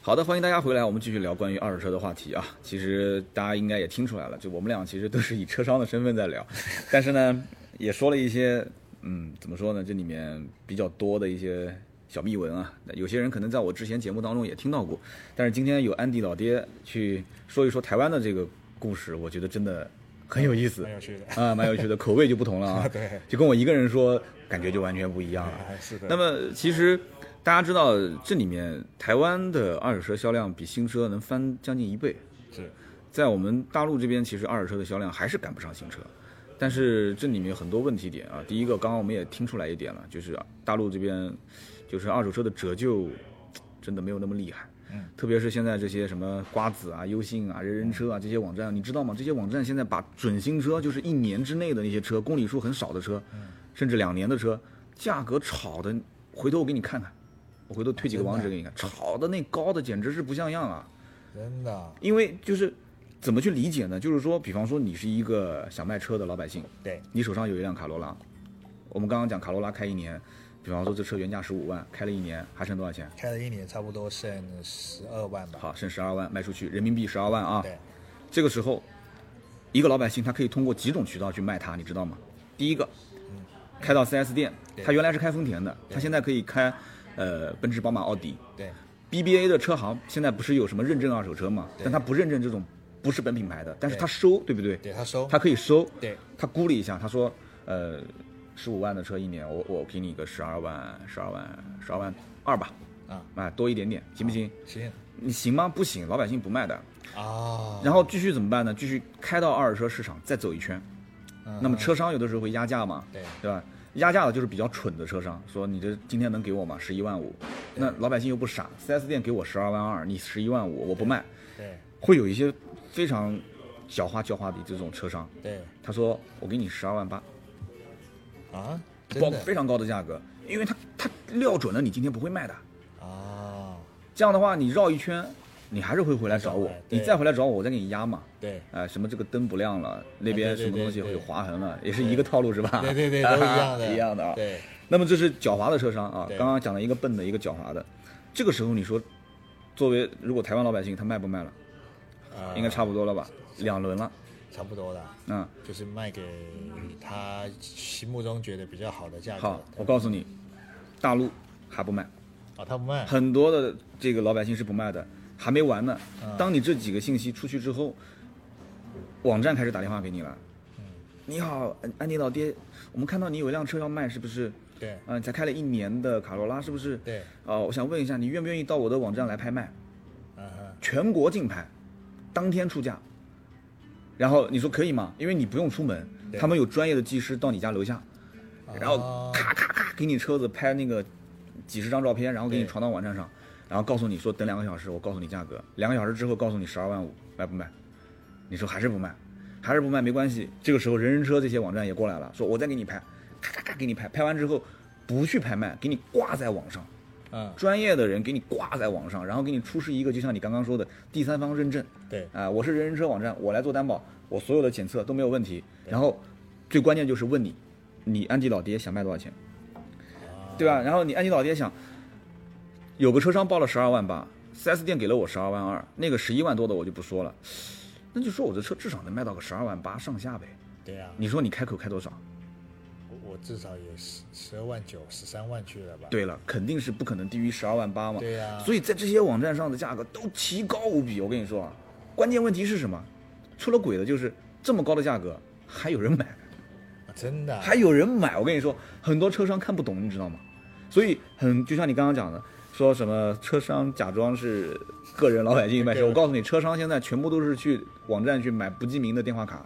Speaker 1: 好的，欢迎大家回来，我们继续聊关于二手车的话题啊。其实大家应该也听出来了，就我们俩其实都是以车商的身份在聊，但是呢，也说了一些，嗯，怎么说呢？这里面比较多的一些小秘闻啊，有些人可能在我之前节目当中也听到过，但是今天有安迪老爹去说一说台湾的这个故事，我觉得真的很有意思
Speaker 2: 蛮有趣的。，
Speaker 1: 啊，蛮有趣的，口味就不同了啊
Speaker 2: 哎对，
Speaker 1: 就跟我一个人说，感觉就完全不一样了。
Speaker 2: 啊，是的。
Speaker 1: 那么其实大家知道，这里面台湾的二手车销量比新车能翻将近一倍。
Speaker 2: 是
Speaker 1: 在我们大陆这边，其实二手车的销量还是赶不上新车，但是这里面有很多问题点啊。第一个，刚刚我们也听出来一点了，就是啊大陆这边就是二手车的折旧真的没有那么厉害。
Speaker 2: 嗯，
Speaker 1: 特别是现在这些什么瓜子啊、优信啊、人人车啊这些网站，你知道吗？这些网站现在把准新车，就是一年之内的那些车，公里数很少的车，甚至两年的车，价格炒的，回头我给你看看，我回头推几个网址给你看，炒的那高的简直是不像样啊！
Speaker 2: 真的，
Speaker 1: 因为就是怎么去理解呢？就是说，比方说你是一个想卖车的老百姓，
Speaker 2: 对，
Speaker 1: 你手上有一辆卡罗拉，我们刚刚讲卡罗拉开一年，比方说这车原价十五万，开了一年还剩多少钱？
Speaker 2: 开了一年，差不多剩十二万吧。
Speaker 1: 好，剩十二万卖出去，人民币十二万啊。
Speaker 2: 对，
Speaker 1: 这个时候，一个老百姓他可以通过几种渠道去卖它，你知道吗？第一个，开到 4S 店，他原来是开丰田的，他现在可以开呃奔驰、宝马、奥迪。
Speaker 2: 对，
Speaker 1: BBA 的车行现在不是有什么认证二手车嘛？但他不认证这种不是本品牌的，但是他收，对不对？
Speaker 2: 对他收，
Speaker 1: 他可以收。
Speaker 2: 对，
Speaker 1: 他估了一下，他说，呃，十五万的车一年，我我给你个十二万，十二万，十二万二吧，
Speaker 2: 啊，
Speaker 1: 啊，多一点点，行不行？
Speaker 2: 行
Speaker 1: 你行吗？不行，老百姓不卖的。
Speaker 2: 啊，
Speaker 1: 然后继续怎么办呢？继续开到二手车市场再走一圈。
Speaker 2: 嗯
Speaker 1: 那么车商有的时候会压价嘛，
Speaker 2: 对
Speaker 1: 对吧？压价的就是比较蠢的车商，说你这今天能给我吗？十一万五。那老百姓又不傻，4S 店给我十二万二，你十一万五，我不卖。
Speaker 2: 对
Speaker 1: 会有一些非常狡猾狡猾的这种车商，
Speaker 2: 对
Speaker 1: 他说我给你十二万八，
Speaker 2: 啊，
Speaker 1: 报
Speaker 2: 真
Speaker 1: 非
Speaker 2: 的
Speaker 1: 常高的价格，因为他他料准了你今天不会卖的。
Speaker 2: 啊，
Speaker 1: 这样的话，你绕一圈，你还是会回来找我
Speaker 2: 还是会，
Speaker 1: 你
Speaker 2: 对
Speaker 1: 再回来找我，我再给你压嘛。
Speaker 2: 对
Speaker 1: 呃，什么这个灯不亮了，那边
Speaker 2: 啊对对
Speaker 1: 什么东西
Speaker 2: 对
Speaker 1: 会
Speaker 2: 对
Speaker 1: 有划痕了，也是一个套路是吧？
Speaker 2: 对对对，都一样的，
Speaker 1: 一样的啊。
Speaker 2: 对
Speaker 1: 那么这是狡猾的车商啊，
Speaker 2: 对
Speaker 1: 刚刚讲了一个笨的，一个狡猾的。这个时候你说，作为如果台湾老百姓他卖不卖了，
Speaker 2: 啊，
Speaker 1: 应该差不多了吧？两轮了，
Speaker 2: 差不多了，
Speaker 1: 嗯，
Speaker 2: 就是卖给他心目中觉得比较好的价格
Speaker 1: 好，我告诉你，大陆还不卖，
Speaker 2: 啊，他不卖，
Speaker 1: 很多的这个老百姓是不卖的。还没完呢，
Speaker 2: 嗯
Speaker 1: 当你这几个信息出去之后，网站开始打电话给你了。
Speaker 2: 嗯
Speaker 1: 你好，安安迪老爹，我们看到你有一辆车要卖，是不是？
Speaker 2: 对
Speaker 1: 嗯，才开了一年的卡罗拉是不是？
Speaker 2: 对，
Speaker 1: 哦、我想问一下，你愿不愿意到我的网站来拍卖？
Speaker 2: 嗯哼，
Speaker 1: 全国竞拍，当天出价。然后你说可以吗？因为你不用出门，
Speaker 2: 对
Speaker 1: 他们有专业的技师到你家楼下，然后
Speaker 2: 啊
Speaker 1: 咔咔咔给你车子拍那个几十张照片，然后给你
Speaker 2: 对
Speaker 1: 传到网站上，然后告诉你说等两个小时，我告诉你价格，两个小时之后告诉你十二万五卖不卖？你说还是不卖，还是不卖没关系。这个时候人人车这些网站也过来了，说我再给你拍，咔咔咔给你拍，拍完之后不去拍卖，给你挂在网上，
Speaker 2: 嗯，
Speaker 1: 专业的人给你挂在网上，然后给你出示一个，就像你刚刚说的第三方认证
Speaker 2: 对
Speaker 1: 啊、我是人人车网站，我来做担保，我所有的检测都没有问题。然后最关键就是问你，你安迪老爹想卖多少钱，
Speaker 2: 啊
Speaker 1: 对吧？然后你安迪老爹想，有个车商报了十二万八，4S 店给了我十二万二，那个十一万多的我就不说了，那就说我这车至少能卖到个十二万八上下呗。
Speaker 2: 对啊，
Speaker 1: 你说你开口开多少？
Speaker 2: 我我至少也十十二万九、十三万去了吧？
Speaker 1: 对了，肯定是不可能低于十二万八嘛。
Speaker 2: 对呀，
Speaker 1: 所以在这些网站上的价格都奇高无比。我跟你说啊，关键问题是什么？出了轨的就是这么高的价格，还有人买，
Speaker 2: 啊真的啊
Speaker 1: 还有人买。我跟你说，很多车商看不懂，你知道吗？所以很就像你刚刚讲的，说什么车商假装是个人老百姓卖车，我告诉你，车商现在全部都是去网站去买不记名的电话卡，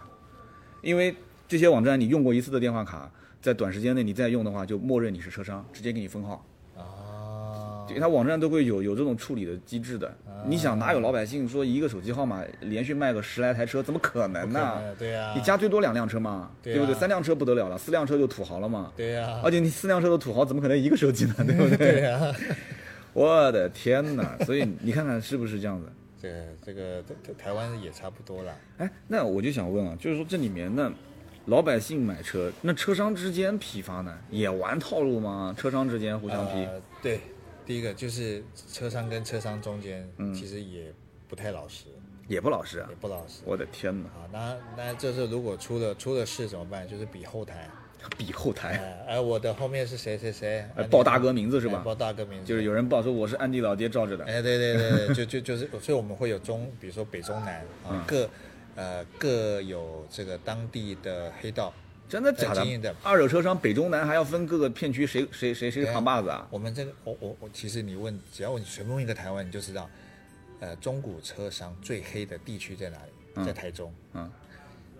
Speaker 1: 因为这些网站你用过一次的电话卡，在短时间内你再用的话，就默认你是车商，直接给你封号。
Speaker 2: 啊，
Speaker 1: 对，它网站都会有有这种处理的机制的。你想哪有老百姓说一个手机号码连续卖个十来台车，怎么可能
Speaker 2: 不可
Speaker 1: 呢、
Speaker 2: 能的对呀，
Speaker 1: 你加最多两辆车嘛，
Speaker 2: 对啊
Speaker 1: 不对？三辆车不得了了，四辆车就土豪了嘛。
Speaker 2: 对啊呀
Speaker 1: 而，且你四辆车的土豪怎么可能一个手机呢？对 不对？
Speaker 2: 对呀。
Speaker 1: 我的天哪！所以你看看是不是这样子？
Speaker 2: 这个这个台台台湾也差不多啦。
Speaker 1: 哎，那我就想问啊，就是说这里面那老百姓买车，那车商之间批发呢，也玩套路吗？车商之间互相批，
Speaker 2: 呃对，第一个就是车商跟车商中间
Speaker 1: 嗯
Speaker 2: 其实也不太老实，
Speaker 1: 也不老实啊
Speaker 2: 也！不老实。
Speaker 1: 我的天哪，
Speaker 2: 啊，那那这是如果出了出了事怎么办？就是比后台，
Speaker 1: 比后台
Speaker 2: 哎、哎，我的后面是谁谁谁，
Speaker 1: 呃
Speaker 2: 哎
Speaker 1: 报大哥名字是吧
Speaker 2: 哎报大哥名字，
Speaker 1: 就是有人报说我是安迪老爹照着的，
Speaker 2: 哎，对对对对，就就就是，所以我们会有中，比如说北中南
Speaker 1: 嗯
Speaker 2: 啊，各呃各有这个当地的黑道，
Speaker 1: 真的假
Speaker 2: 很
Speaker 1: 的
Speaker 2: 经营的？
Speaker 1: 二手车商北中南还要分各个片区，谁谁谁谁是
Speaker 2: 对啊
Speaker 1: 扛把子啊？
Speaker 2: 我们这个，我我我，其实你问，只要你随便问一个台湾，你就知道，呃，中古车商最黑的地区在哪里？在台中。
Speaker 1: 嗯。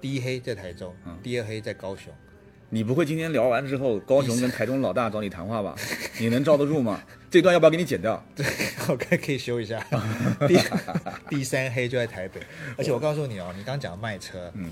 Speaker 2: 第一黑在台中，第二黑在高雄。
Speaker 1: 你不会今天聊完之后，高雄跟台中老大找你谈话 吧？你能罩得住吗？这段要不要给你剪掉？
Speaker 2: 对，我看可以修一下。第第三黑就在台北，而且我告诉你哦，你刚讲卖车，嗯，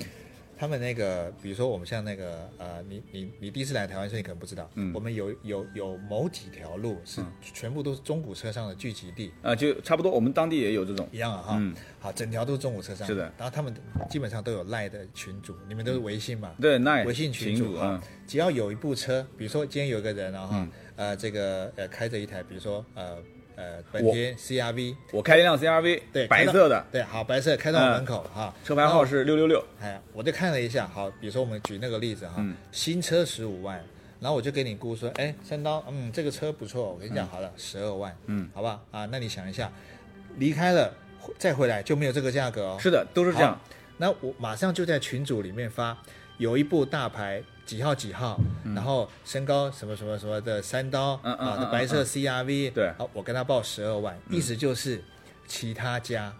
Speaker 2: 他们那个，比如说我们像那个呃，你你你第一次来台湾，所以你可能不知道，嗯，我们有有有某几条路是全部都是中古车上的聚集地，
Speaker 1: 啊，就差不多，我们当地也有这种。
Speaker 2: 一样啊哈，好，整条都是中古车上，
Speaker 1: 嗯是的，
Speaker 2: 然后他们基本上都有赖的群主，你们都是微信嘛，
Speaker 1: 对，那
Speaker 2: 微信群主啊
Speaker 1: 啊，，
Speaker 2: 只要有一部车，比如说今天有一个人
Speaker 1: 嗯
Speaker 2: 啊哈，呃，这个呃开着一台，比如说呃呃本田 CRV，
Speaker 1: 我开一辆 CRV，
Speaker 2: 对，
Speaker 1: 白
Speaker 2: 开到
Speaker 1: 色的，嗯
Speaker 2: 对，好，白色开到我门口哈，
Speaker 1: 车牌号是六六六，
Speaker 2: 哎，我就看了一下，好，比如说我们举那个例子哈，
Speaker 1: 嗯
Speaker 2: 新车十五万，然后我就给你估说，哎，三刀，嗯，这个车不错，我跟你讲好了，十二万，嗯，好吧，啊，那你想一下，离开了回再回来就没有这个价格哦，
Speaker 1: 是的，都是这样
Speaker 2: 好。那我马上就在群组里面发，有一部大牌几号几号，然后身高什么什么什么的三刀、
Speaker 1: 嗯嗯
Speaker 2: 啊，
Speaker 1: 嗯
Speaker 2: 白色
Speaker 1: 嗯
Speaker 2: CRV，、
Speaker 1: 对嗯
Speaker 2: 好，我跟他报十二万，意思就是其他家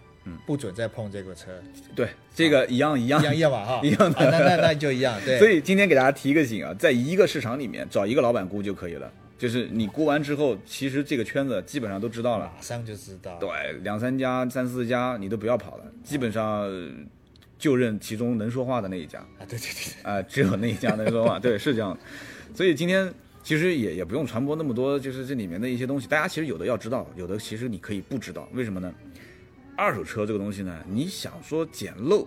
Speaker 2: 不准再碰这个车，
Speaker 1: 对，这个一样一样
Speaker 2: 一样一样吧哈，
Speaker 1: 嗯 一样
Speaker 2: 啊、那那那就一样，对，
Speaker 1: 所
Speaker 2: 以
Speaker 1: 以今天给大家提一个醒啊，在一个市场里面找一个老板估就可以了。就是你估完之后，其实这个圈子基本上都知道了，
Speaker 2: 马上就知道，
Speaker 1: 对，两三家、三四家你都不要跑了，基本上呃就认其中能说话的那一家。
Speaker 2: 啊，对对对
Speaker 1: 啊、只有那一家能说话，对，是这样的。所以今天其实也也不用传播那么多，就是这里面的一些东西，大家其实有的要知道，有的其实你可以不知道，为什么呢？二手车这个东西呢，你想说捡漏，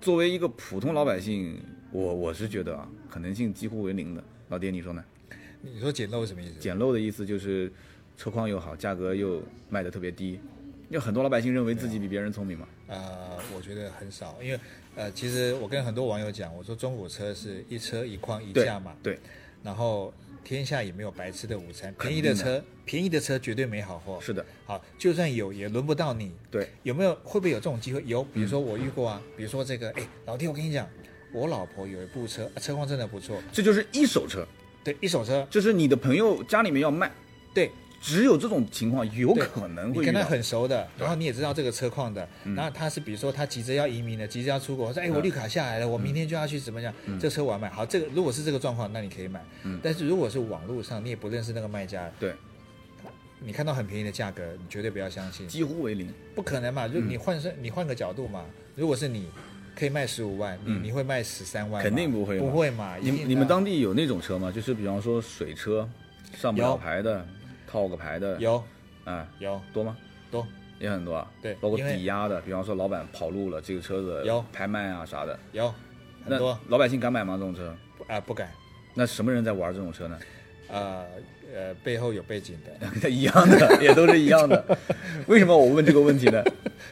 Speaker 1: 作为一个普通老百姓，我我是觉得啊，可能性几乎为零的。老爹，你说呢？
Speaker 2: 对，你说捡漏是什么意思？
Speaker 1: 捡漏的意思就是车况又好，价格又卖的特别低，因为很多老百姓认为自己比别人聪明嘛。
Speaker 2: 呃，我觉得很少，因为呃，其实我跟很多网友讲，我说中古车是一车一况啊一
Speaker 1: 对
Speaker 2: 价嘛，
Speaker 1: 对，
Speaker 2: 然后天下也没有白吃的午餐，
Speaker 1: 肯
Speaker 2: 便
Speaker 1: 定
Speaker 2: 宜
Speaker 1: 的
Speaker 2: 的车，便宜的车绝对没好货。
Speaker 1: 是的，
Speaker 2: 好，就算有也轮不到你。
Speaker 1: 对，
Speaker 2: 有没有会不会有这种机会？有，比如说我遇过啊，
Speaker 1: 嗯
Speaker 2: 比如说这个，哎，老弟，我跟你讲，我老婆有一部车，啊车况真的不错，
Speaker 1: 这就是一手车，
Speaker 2: 对，一手车，
Speaker 1: 就是你的朋友家里面要卖，
Speaker 2: 对，
Speaker 1: 只有这种情况有
Speaker 2: 对
Speaker 1: 可能
Speaker 2: 你
Speaker 1: 会遇
Speaker 2: 跟他
Speaker 1: 到。嗯
Speaker 2: 很熟的，然后你也知道这个车况的，然后他是比如说他急着要移民的，急着要出国，说哎我绿卡下来
Speaker 1: 嗯
Speaker 2: 了，我明天就要去怎么样，这车我要买。好，这个如果是这个状况，那你可以买。
Speaker 1: 嗯
Speaker 2: 但是如果是网络上你也不认识那个卖家，
Speaker 1: 对，
Speaker 2: 你看到很便宜的价格，你绝对不要相信，
Speaker 1: 几乎为零。
Speaker 2: 不可能嘛。就
Speaker 1: 嗯
Speaker 2: 你换算，你换个角度嘛，如果是你可以卖十五万，你你会卖十三万吗？
Speaker 1: 嗯肯定不会嘛
Speaker 2: 不会嘛。
Speaker 1: 你
Speaker 2: 一定的啊
Speaker 1: 们你们当地有那种车吗？就是比方说水车，上不了
Speaker 2: 有
Speaker 1: 牌的，套个牌的，
Speaker 2: 有
Speaker 1: 哎，
Speaker 2: 有
Speaker 1: 多吗？
Speaker 2: 多
Speaker 1: 也很多啊。
Speaker 2: 对
Speaker 1: 包括
Speaker 2: 因为
Speaker 1: 抵押的，比方说老板跑路了，这个车子
Speaker 2: 有
Speaker 1: 拍卖啊啥的，
Speaker 2: 有很
Speaker 1: 那
Speaker 2: 多
Speaker 1: 老百姓敢买吗？这种车？
Speaker 2: 啊，不敢。
Speaker 1: 那什么人在玩这种车呢？
Speaker 2: 呃呃，背后有背景 的，
Speaker 1: 一样 的，也都是一样的。为什么我问这个问题呢？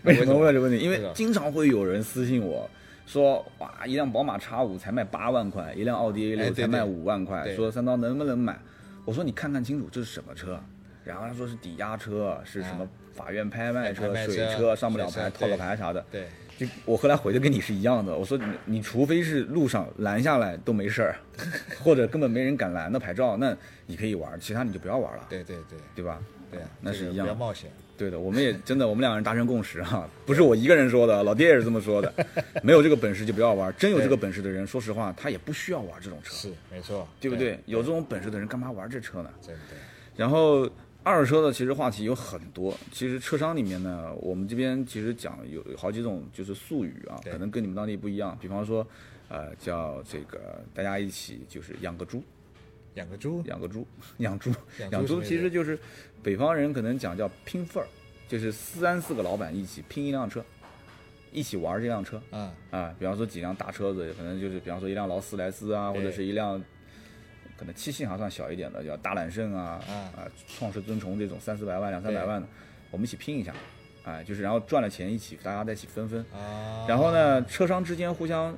Speaker 1: 为什么问这个问题？因为
Speaker 2: 为什么
Speaker 1: 经常会有人私信我说，哇，一辆宝马 X 五才卖八万块，一辆奥迪 A
Speaker 2: 哎
Speaker 1: 六
Speaker 2: 对
Speaker 1: 才卖
Speaker 2: 对
Speaker 1: 五万块，
Speaker 2: 对
Speaker 1: 说三刀能不能买？我说你看看清楚这是什么车，然后他说是抵押车，是什么法院拍卖
Speaker 2: 啊拍
Speaker 1: 车、
Speaker 2: 卖
Speaker 1: 水
Speaker 2: 车
Speaker 1: 车，上不了
Speaker 2: 水
Speaker 1: 牌、
Speaker 2: 车
Speaker 1: 套个
Speaker 2: 对
Speaker 1: 牌啥的。
Speaker 2: 对。
Speaker 1: 就我后来回的跟你是一样的，我说你你除非是路上拦下来都没事 儿，或者根本没人敢拦的牌照，那你可以玩，其他你就不要玩了，
Speaker 2: 对对对
Speaker 1: 对吧？
Speaker 2: 对啊，
Speaker 1: 那
Speaker 2: 这
Speaker 1: 是
Speaker 2: 个
Speaker 1: 一样
Speaker 2: 不要冒险。
Speaker 1: 对的，我们也真的，我们两个人达成共识啊， 不是我一个人说的，老爹也是这么说的。没有这个本事就不要玩，真有这个本事的人，说实话，他也不需要玩这种车，
Speaker 2: 是，没错，
Speaker 1: 对不对？？有这种本事的人，干嘛玩这车呢？
Speaker 2: 真的，
Speaker 1: 然后二手车的其实话题有很多，其实车商里面呢，我们这边其实讲有有好几种就是术语啊，
Speaker 2: 对
Speaker 1: 可能跟你们当地不一样。比方说，呃，叫这个大家一起就是养个猪，
Speaker 2: 养个猪，
Speaker 1: 养个猪，养猪，
Speaker 2: 养猪
Speaker 1: 养
Speaker 2: 什
Speaker 1: 猪
Speaker 2: 么意思
Speaker 1: 其实就是北方人可能讲叫拼份儿，就是三四个老板一起拼一辆车，一起玩这辆车
Speaker 2: 啊，
Speaker 1: 啊。比方说几辆大车子，可能就是比方说一辆劳斯莱斯啊，或者是一辆可能七系还算小一点的，叫大揽胜啊
Speaker 2: 啊
Speaker 1: 啊，创世尊崇这种三四百万、两三百万的，我们一起拼一下，哎，就是然后赚了钱一起大家在一起分分，
Speaker 2: 啊，
Speaker 1: 然后呢，车商之间互相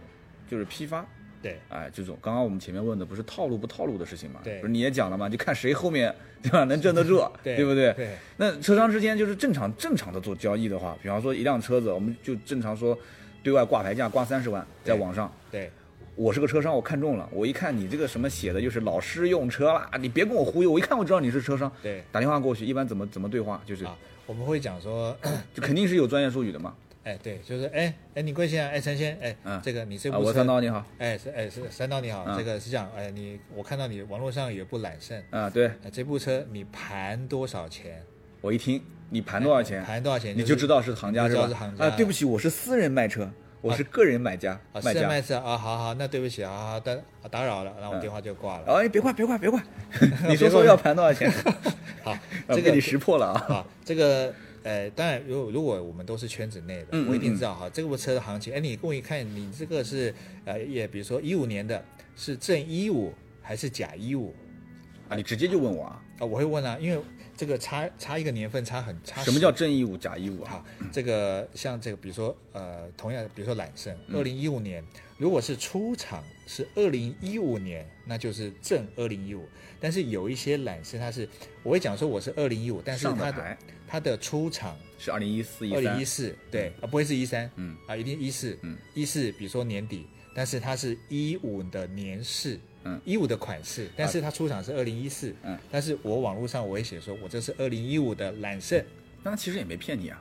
Speaker 1: 就是批发，
Speaker 2: 对
Speaker 1: 哎，这种刚刚我们前面问的不是套路不套路的事情嘛？
Speaker 2: 对
Speaker 1: 不是你也讲了嘛？就看谁后面对吧能镇得住，
Speaker 2: 对
Speaker 1: 不对？
Speaker 2: 对
Speaker 1: 那车商之间就是正常正常的做交易的话，比方说一辆车子，我们就正常说对外挂牌价挂三十万，在
Speaker 2: 对
Speaker 1: 网上，
Speaker 2: 对
Speaker 1: 我是个车商，我看中了，我一看你这个什么写的就是老师用车啦，你别跟我忽悠，我一看我知道你是车商，
Speaker 2: 对
Speaker 1: 打电话过去一般怎么怎么对话，就是
Speaker 2: 啊，我们会讲说，
Speaker 1: 就肯定是有专业术语的嘛。
Speaker 2: 哎，对，就是哎哎，你贵先啊，哎陈先，哎，
Speaker 1: 嗯
Speaker 2: 这个你这
Speaker 1: 啊，
Speaker 2: 部
Speaker 1: 我
Speaker 2: 车，
Speaker 1: 三刀你好，
Speaker 2: 哎是哎是三刀你好，
Speaker 1: 嗯
Speaker 2: 这个是这样，哎你我看到你网络上有部揽胜，
Speaker 1: 啊，对
Speaker 2: 哎这部车你盘多少钱？
Speaker 1: 我一听你盘多少钱，
Speaker 2: 哎盘多少钱？
Speaker 1: 你就知道是行家
Speaker 2: 你
Speaker 1: 是
Speaker 2: 就
Speaker 1: 吧
Speaker 2: 知道是？行家
Speaker 1: 啊，对不起，我是私人卖车，我是个人买家
Speaker 2: 啊，
Speaker 1: 卖
Speaker 2: 是
Speaker 1: 家。嗯
Speaker 2: 卖是啊，好好，那对不起啊，好好打打扰了，然后我电话就 挂了。
Speaker 1: 哎，别挂，别挂， 别挂！你说说要盘多少钱？
Speaker 2: 好，
Speaker 1: 啊
Speaker 2: 这
Speaker 1: 被
Speaker 2: 个
Speaker 1: 你识破了啊！
Speaker 2: 啊，这个呃，当然，如果如果我们都是圈子内的，
Speaker 1: 嗯
Speaker 2: 我一定
Speaker 1: 嗯
Speaker 2: 知道哈，这部车的行情。哎，你故意看你这个是呃，也比如说一五年的，是正一五还是假一五
Speaker 1: 啊，你直接就问我啊，
Speaker 2: 啊？我会问啊，因为这个差差一个年份差很差10。
Speaker 1: 什么叫正义五假义五啊？
Speaker 2: 好？这个像这个，比如说呃，同样比如说揽胜，
Speaker 1: 嗯
Speaker 2: 二零一五年，如果是出厂是二零一五年，那就是正二零一五。但是有一些揽胜，它是我会讲说我是二零一五，但是
Speaker 1: 上
Speaker 2: 它
Speaker 1: 的
Speaker 2: 的
Speaker 1: 牌
Speaker 2: 它的出厂
Speaker 1: 是二零一四一
Speaker 2: 二零
Speaker 1: 三
Speaker 2: 一，四，对啊，不会是一三，
Speaker 1: 嗯
Speaker 2: 啊，一定一四，
Speaker 1: 嗯，
Speaker 2: 一四，比如说年底，但是它是一五的年式，
Speaker 1: 嗯，啊
Speaker 2: 一五的款式，但是它出厂是二零一四，
Speaker 1: 嗯，
Speaker 2: 但是我网络上我会写说，我这是二零一五的揽胜，
Speaker 1: 那其实也没骗你啊，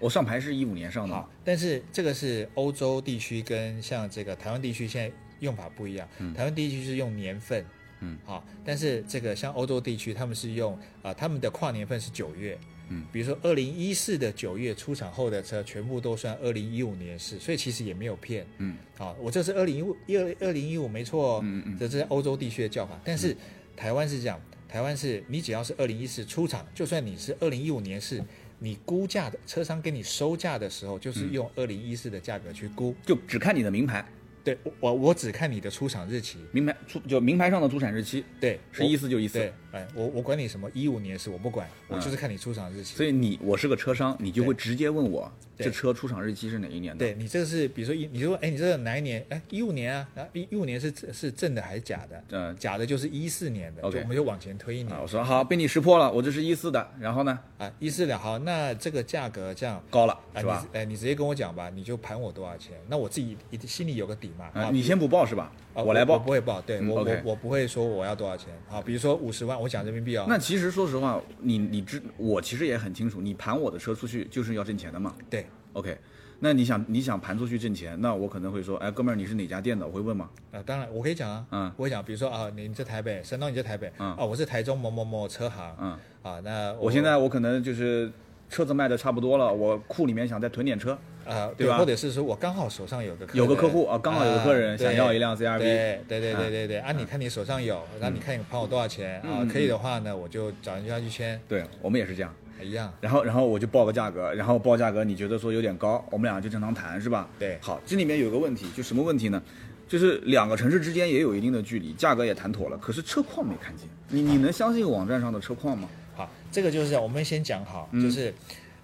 Speaker 1: 我上牌是一五年上的嘛
Speaker 2: 好，，但是这个是欧洲地区跟像这个台湾地区现在用法不一样，台湾地区是用年份，
Speaker 1: 嗯，
Speaker 2: 好，但是这个像欧洲地区他们是用啊、呃他们的跨年份是九月，
Speaker 1: 嗯，
Speaker 2: 比如说二零一四的九月出厂后的车全部都算二零一五年式，所以其实也没有骗，
Speaker 1: 嗯，
Speaker 2: 好，我这是二零一五一二二零一五没错哦，
Speaker 1: 嗯嗯
Speaker 2: 这是欧洲地区的叫法，但是台湾是这样，台湾是你只要是二零一四出厂，就算你是二零一五年是，你估价的车商给你收价的时候，就是
Speaker 1: 嗯
Speaker 2: 用二零一四的价格去估。
Speaker 1: 就只看你的名牌，
Speaker 2: 对我我我只看你的出厂日期，
Speaker 1: 名牌出就名牌上的出产日期
Speaker 2: 对，
Speaker 1: 是
Speaker 2: 我
Speaker 1: 一四就一四
Speaker 2: 哦对，，哎，我我管你什么一五年是我不管，我就是看你出厂日期。
Speaker 1: 嗯所以你我是个车商，你就会直接问我
Speaker 2: 对
Speaker 1: 这车出厂日期是哪一年的？
Speaker 2: 对你这个是，比如说一，你就说，哎，你这个哪一年？哎，一五年啊，然后一一五年是是正的还是假的？
Speaker 1: 嗯
Speaker 2: 假的就是一四年的
Speaker 1: OK
Speaker 2: 就我们就往前推一年
Speaker 1: 啊，我说好，被你识破了，我这是一四的，然后呢，
Speaker 2: 啊，一四两好，那这个价格这样
Speaker 1: 高了
Speaker 2: 啊，
Speaker 1: 是吧？
Speaker 2: 你哎，你直接跟我讲吧，你就盘我多少钱，那我自己一定心里有个底嘛。
Speaker 1: 啊，
Speaker 2: 啊
Speaker 1: 你先不报是吧？
Speaker 2: 啊
Speaker 1: 我来报
Speaker 2: 我，不会报，对
Speaker 1: 嗯
Speaker 2: 我我
Speaker 1: OK
Speaker 2: 我不会说我要多少钱啊，比如说五十万，我讲人民币哦。
Speaker 1: 那其实说实话，你你知我其实也很清楚，你盘我的车出去就是要挣钱的嘛。
Speaker 2: 对
Speaker 1: OK，那你想你想盘出去挣钱，那我可能会说，哎，哥们儿你是哪家店的？我会问嘛。
Speaker 2: 啊，当然我可以讲啊，
Speaker 1: 嗯
Speaker 2: 我会讲，比如说啊，你在台北，山东你在台北，
Speaker 1: 嗯
Speaker 2: 啊，我是台中某某某车行，
Speaker 1: 嗯，
Speaker 2: 啊，那
Speaker 1: 我现在我可能就是车子卖的差不多了，我库里面想再囤点车。
Speaker 2: 啊，
Speaker 1: 对吧
Speaker 2: 或者是说我刚好手上有个人
Speaker 1: 有个客户啊刚好有个客人想要一辆 CRV
Speaker 2: 对对对
Speaker 1: 嗯
Speaker 2: 对对对啊，你看你手上有，那你看你盘我多少钱啊？可以
Speaker 1: 嗯
Speaker 2: 的话呢，我就找人家去签，哎
Speaker 1: 对我们也是这样，
Speaker 2: 一样。
Speaker 1: 然后然后我就报个价格，然后报价格你觉得说有点高，我们俩就正常谈是吧？
Speaker 2: 对
Speaker 1: 好，这里面有个问题，就什么问题呢？就是两个城市之间也有一定的距离，价格也谈妥了，可是车况没看见。你你能相信网站上的车况吗？
Speaker 2: 好，这个就是我们先讲好，
Speaker 1: 嗯
Speaker 2: 就是，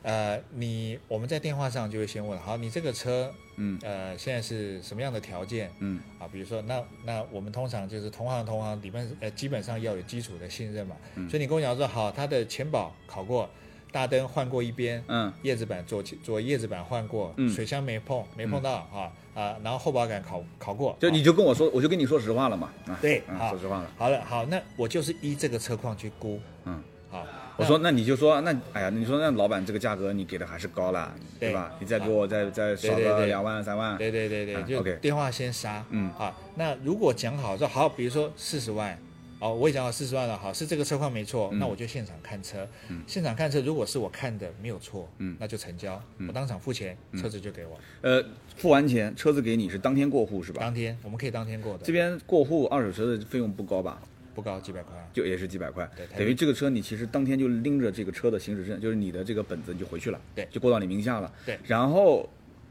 Speaker 2: 呃，你我们在电话上就会先问，好，你这个车，
Speaker 1: 嗯，
Speaker 2: 呃，现在是什么样的条件？
Speaker 1: 嗯，
Speaker 2: 啊，比如说，那那我们通常就是同行同行，里面呃基本上要有基础的信任嘛，
Speaker 1: 嗯
Speaker 2: 所以你跟我讲说，好，它的前保考过，大灯换过一边，
Speaker 1: 嗯，
Speaker 2: 叶子板左左叶子板换过，
Speaker 1: 嗯
Speaker 2: 水箱没碰没碰到啊啊，然后后保杆考考过，
Speaker 1: 就
Speaker 2: 啊
Speaker 1: 你就跟我说，我就跟你说实话了嘛。啊，
Speaker 2: 对
Speaker 1: 啊，
Speaker 2: 好
Speaker 1: 说实话了。
Speaker 2: 好了好，那我就是依这个车况去估，
Speaker 1: 嗯，
Speaker 2: 好，
Speaker 1: 我说，那你就说，那哎呀，你说那老板这个价格你给的还是高了，
Speaker 2: 对
Speaker 1: 对吧？你再给我再再少
Speaker 2: 对对
Speaker 1: 个
Speaker 2: 对
Speaker 1: 两万三万，
Speaker 2: 对对对
Speaker 1: 啊
Speaker 2: 对，就
Speaker 1: OK
Speaker 2: 电话先杀。
Speaker 1: 嗯
Speaker 2: 好，那如果讲好说好，比如说四十万，哦，我也讲好四十万了，好是这个车况没错，
Speaker 1: 嗯
Speaker 2: 那我就现场看车。现场看车，如果是我看的没有错，
Speaker 1: 嗯
Speaker 2: 那就成交，我当场付钱，车子就给我。
Speaker 1: 呃，付完钱车子给你是当天过户是吧？
Speaker 2: 当天我们可以当天过
Speaker 1: 这
Speaker 2: 的，
Speaker 1: 边过户二手车的费用不高吧？
Speaker 2: 不高几百块。啊
Speaker 1: 就也是几百块
Speaker 2: 对，台币
Speaker 1: 等于这个车你其实当天就拎着这个车的行驶证，就是你的这个本子你就回去了，
Speaker 2: 对
Speaker 1: 就过到你名下了，
Speaker 2: 对
Speaker 1: 然后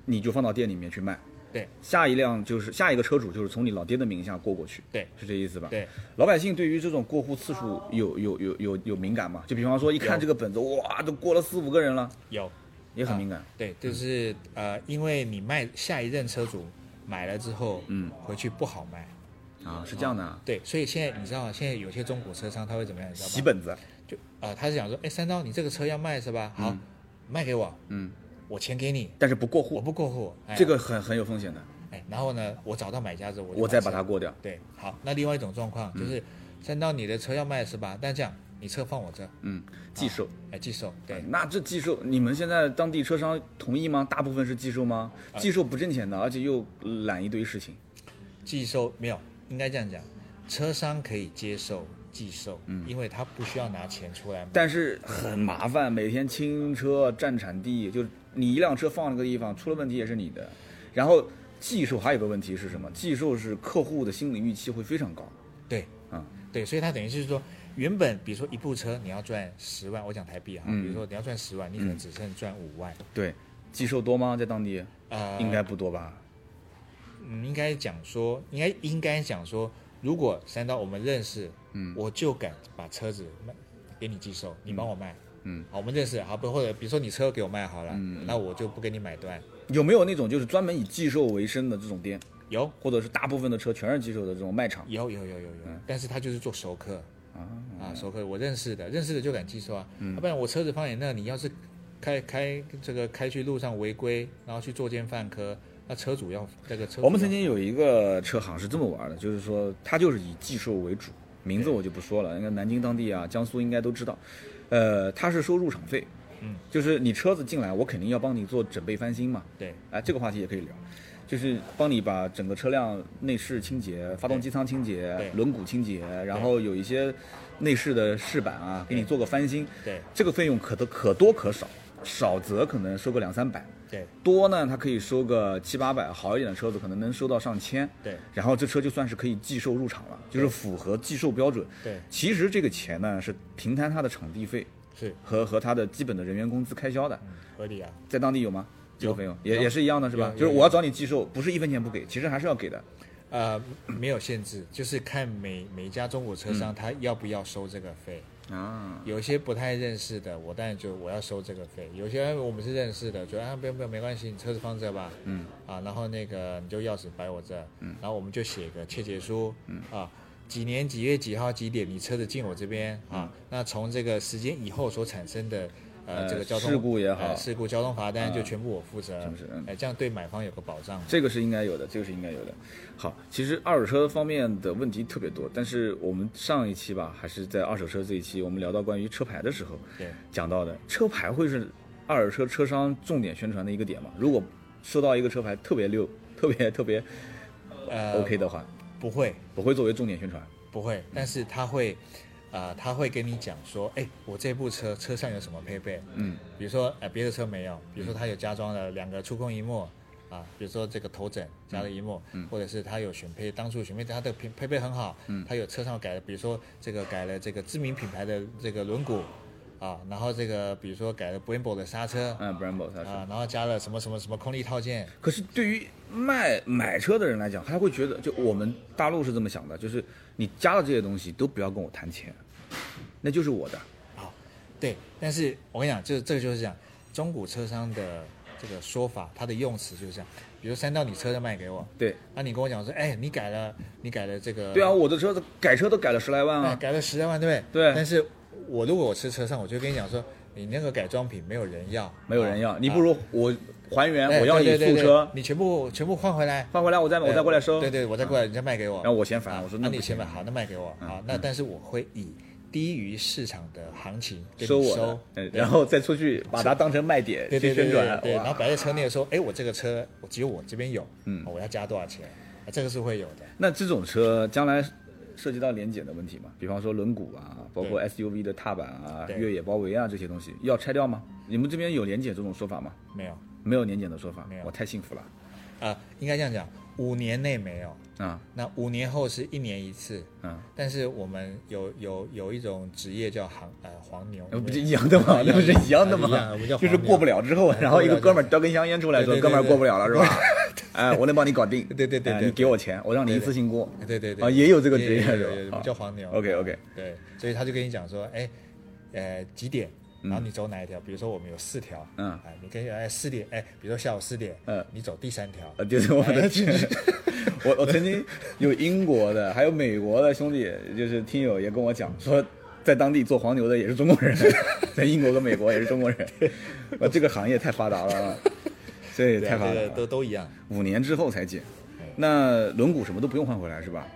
Speaker 1: 你就放到店里面去卖，
Speaker 2: 对
Speaker 1: 下一辆就是下一个车主就是从你老爹的名下过过去，
Speaker 2: 对
Speaker 1: 是这意思吧？
Speaker 2: 对，
Speaker 1: 老百姓对于这种过户次数有有有有有敏感吗？就比方说一看
Speaker 2: 有
Speaker 1: 这个本子，哇，都过了四五个人了，
Speaker 2: 有
Speaker 1: 也很敏感。
Speaker 2: 对，就是
Speaker 1: 嗯
Speaker 2: 呃，因为你卖下一任车主买了之后，
Speaker 1: 嗯，
Speaker 2: 回去不好卖，
Speaker 1: 啊，是这样的啊，
Speaker 2: 对，所以现在你知道，现在有些中古车商他会怎么样？你知道吗？
Speaker 1: 洗本子，
Speaker 2: 就呃，他是想说，哎，三刀，你这个车要卖是吧？好，卖给我，
Speaker 1: 嗯，
Speaker 2: 我钱给你，
Speaker 1: 但是不过
Speaker 2: 我
Speaker 1: 户，
Speaker 2: 不过户，哎、
Speaker 1: 这个很很有风险的，
Speaker 2: 哎，然后呢，我找到买家之后，我就
Speaker 1: 我再把
Speaker 2: 车
Speaker 1: 它嗯过掉。
Speaker 2: 对，好，那另外一种状况就是，三刀，你的车要卖是吧？但这样，你车放我这，
Speaker 1: 嗯，寄售。
Speaker 2: 哎，寄售，对，
Speaker 1: 那这寄售，你们现在当地车商同意吗？大部分是寄售吗？寄售不挣钱的，而且又揽一堆事情。
Speaker 2: 寄售没有，应该这样讲，车商可以接受寄售，嗯，因为他不需要拿钱出来买，
Speaker 1: 但是很麻烦，每天清车占产地，就你一辆车放那个地方，出了问题也是你的。然后寄售还有个问题是什么？寄售是客户的心理预期会非常高。
Speaker 2: 对，
Speaker 1: 嗯，
Speaker 2: 对，所以他等于是说，原本比如说一部车你要赚十万，我讲台币哈，
Speaker 1: 嗯
Speaker 2: 比如说你要赚十万，你可能只剩赚五万，
Speaker 1: 对，寄售多吗？在当地
Speaker 2: 呃，
Speaker 1: 应该不多吧？
Speaker 2: 嗯，应该讲说，应该应该讲说，如果三刀我们认识，嗯，我就敢把车子卖给你寄售，你帮我卖，
Speaker 1: 嗯，
Speaker 2: 好，我们认识，好不，或者比如说你车给我卖好了，
Speaker 1: 嗯
Speaker 2: 那我就不给你买断。
Speaker 1: 有没有那种就是专门以寄售为生的这种店，
Speaker 2: 有
Speaker 1: 或者是大部分的车全是寄售的这种卖场？
Speaker 2: 有有有有有，但是他就是做熟客
Speaker 1: 嗯啊嗯
Speaker 2: 啊，熟客我认识的，认识的就敢寄售啊，要不然我车子放你那，你要是开开这个开去路上违规，然后去作奸犯科，那车主要那个车主要，
Speaker 1: 我们曾经有一个车行是这么玩的，就是说它就是以寄售为主，名字我就不说了，应该南京当地啊、江苏应该都知道。呃，它是收入场费，
Speaker 2: 嗯，
Speaker 1: 就是你车子进来，我肯定要帮你做整备翻新嘛。
Speaker 2: 对
Speaker 1: 哎，这个话题也可以聊，就是帮你把整个车辆内饰清洁、发动机舱清洁
Speaker 2: 对、
Speaker 1: 轮毂清洁，然后有一些内饰的饰板啊，给你做个翻新。
Speaker 2: 对
Speaker 1: 这个费用可多可多可少，少则可能收个两三百，
Speaker 2: 对
Speaker 1: 多呢，它可以收个七八百，好一点的车子可能能收到上千。
Speaker 2: 对
Speaker 1: 然后这车就算是可以寄售入场了，就是符合寄售标准。
Speaker 2: 对
Speaker 1: 其实这个钱呢是平摊它的场地费
Speaker 2: 是
Speaker 1: 和和它的基本的人员工资开销的，
Speaker 2: 合理啊，
Speaker 1: 在当地有吗？这个费用也也是一样的，是吧？
Speaker 2: 有
Speaker 1: 就是
Speaker 2: 有
Speaker 1: 我要找你寄售，不是一分钱不给，其实还是要给的。
Speaker 2: 呃，没有限制，就是看每每一家中国车
Speaker 1: 嗯
Speaker 2: 商他要不要收这个费。
Speaker 1: 啊，
Speaker 2: 有一些不太认识的，我当然就我要收这个费；有些我们是认识的，就啊不用不用没关系，你车子放这吧，
Speaker 1: 嗯
Speaker 2: 啊，然后那个你就钥匙摆我这，嗯，然后我们就写个切结书，嗯啊。几年几月几号几点，你车子进我这边啊？那从这个时间以后所产生的呃
Speaker 1: 嗯呃
Speaker 2: 这个交通
Speaker 1: 事故也好啊
Speaker 2: 呃事故交通罚单就全部我负责，
Speaker 1: 是不是嗯
Speaker 2: 哎，这样对买方有个保障。
Speaker 1: 这个是应该有的，这个是应该有的。好，其实二手车方面的问题特别多，但是我们上一期吧，还是在二手车这一期，我们聊到关于车牌的时候，
Speaker 2: 对，
Speaker 1: 讲到的，车牌会是二手车车商重点宣传的一个点嘛？如果收到一个车牌特别溜、 特别特别
Speaker 2: 呃
Speaker 1: OK 的话，
Speaker 2: 不会，
Speaker 1: 不会作为重点宣传。
Speaker 2: 不会，但是他会，呃，他会跟你讲说，哎，我这部车车上有什么配备？
Speaker 1: 嗯，
Speaker 2: 比如说，呃，别的车没有，比如说它有加装了两个触控荧幕，啊，比如说这个头枕加了荧幕，
Speaker 1: 嗯
Speaker 2: 或者是它有选配，当初选配它的配配备很好，嗯，它有车上改了，比如说这个改了这个知名品牌的这个轮毂，啊，然后这个比如说改了 Brembo 的刹车，
Speaker 1: 嗯，Brembo 他说。
Speaker 2: 啊，然后加了什么什么什么空力套件，
Speaker 1: 可是对于卖买车的人来讲，他会觉得，就我们大陆是这么想的，就是你加了这些东西都不要跟我谈钱，那就是我的。
Speaker 2: 好，对，但是我跟你讲，这这个就是这样，中古车商的这个说法，它的用词就是这样。比如三到你车子卖给我，
Speaker 1: 对，
Speaker 2: 那你跟我讲说，哎，你改了，你改了这个，
Speaker 1: 对啊，我的车子改车都改了十来万
Speaker 2: 哎，
Speaker 1: 啊。
Speaker 2: 改了十来万，对不对？
Speaker 1: 对
Speaker 2: 但是我如果我吃车上，我就跟你讲说，你那个改装品没有人要，
Speaker 1: 没有人要，你不
Speaker 2: 如
Speaker 1: 如我还原，
Speaker 2: 哎
Speaker 1: 我要你
Speaker 2: 呃对对
Speaker 1: 素
Speaker 2: 对
Speaker 1: 车
Speaker 2: 对你全部全部换回来，
Speaker 1: 换回来，我再我再过来收。啊
Speaker 2: 对对，我再过来，你再卖给我。
Speaker 1: 然后我嫌烦
Speaker 2: 啊
Speaker 1: 我说那
Speaker 2: 那
Speaker 1: 不
Speaker 2: 你
Speaker 1: 行嗯
Speaker 2: 先买好，那卖给我好，那但是我会以低于市场的行情给你
Speaker 1: 收我
Speaker 2: 收
Speaker 1: 的，嗯然后再出去把它当成卖点
Speaker 2: 对
Speaker 1: 去
Speaker 2: 对
Speaker 1: 宣
Speaker 2: 对对
Speaker 1: 传。
Speaker 2: 对，
Speaker 1: 哇
Speaker 2: 然后摆在车内说，哎，我这个车我只有我这边有，
Speaker 1: 嗯
Speaker 2: 我要加多少钱？啊，这个是会有的。
Speaker 1: 那这种车将来涉及到联检的问题嘛？比方说轮毂啊，包括 SUV 的踏板啊、
Speaker 2: 对
Speaker 1: 越野包围啊这些东西，要拆掉吗？你们这边有联检这种说法吗？
Speaker 2: 没有
Speaker 1: 没有年检的说法
Speaker 2: 没，有
Speaker 1: 我太幸福了。
Speaker 2: 啊，应该这样讲，五年内没有，
Speaker 1: 啊
Speaker 2: 那五年后是一年一次。
Speaker 1: 嗯，
Speaker 2: 但是我们有有有一种职业叫黄呃黄牛，
Speaker 1: 哎
Speaker 2: 啊
Speaker 1: 那不就一样的
Speaker 2: 哎
Speaker 1: 吗？那不是一样的
Speaker 2: 一样
Speaker 1: 吗
Speaker 2: 我们叫？
Speaker 1: 就是
Speaker 2: 黄牛哎
Speaker 1: 过不了之后，然后一个哥们儿叼根香烟出来说：“
Speaker 2: 对对对
Speaker 1: 哥们儿过不了了，是吧？” 哎，我能帮你搞定。
Speaker 2: 对对对
Speaker 1: 哎
Speaker 2: 对
Speaker 1: 你给我钱，我让你一次性过。
Speaker 2: 对对对
Speaker 1: 啊，也有这个职业
Speaker 2: 有有
Speaker 1: 是
Speaker 2: 有有
Speaker 1: 吧？
Speaker 2: 叫黄牛。
Speaker 1: OK OK，
Speaker 2: 对，所以他就跟你讲说，哎，呃，几点，然后你走哪一条？比如说我们有四条，
Speaker 1: 嗯
Speaker 2: 哎，你可以哎四点，哎，比如说下午四点，
Speaker 1: 嗯
Speaker 2: 你走第三条，
Speaker 1: 呃，就是我
Speaker 2: 哎
Speaker 1: 的亲，我我曾经有英国的，还有美国的兄弟，就是听友也跟我讲说，在当地做黄牛的也是中国人， 在英国跟美国也是中国人，我这个行业太发达了啊，这也
Speaker 2: 对
Speaker 1: 太
Speaker 2: 啊，
Speaker 1: 发达
Speaker 2: 这个
Speaker 1: 了
Speaker 2: 都。都一样。
Speaker 1: 五年之后才减，那轮毂什么都不用换回来是吧？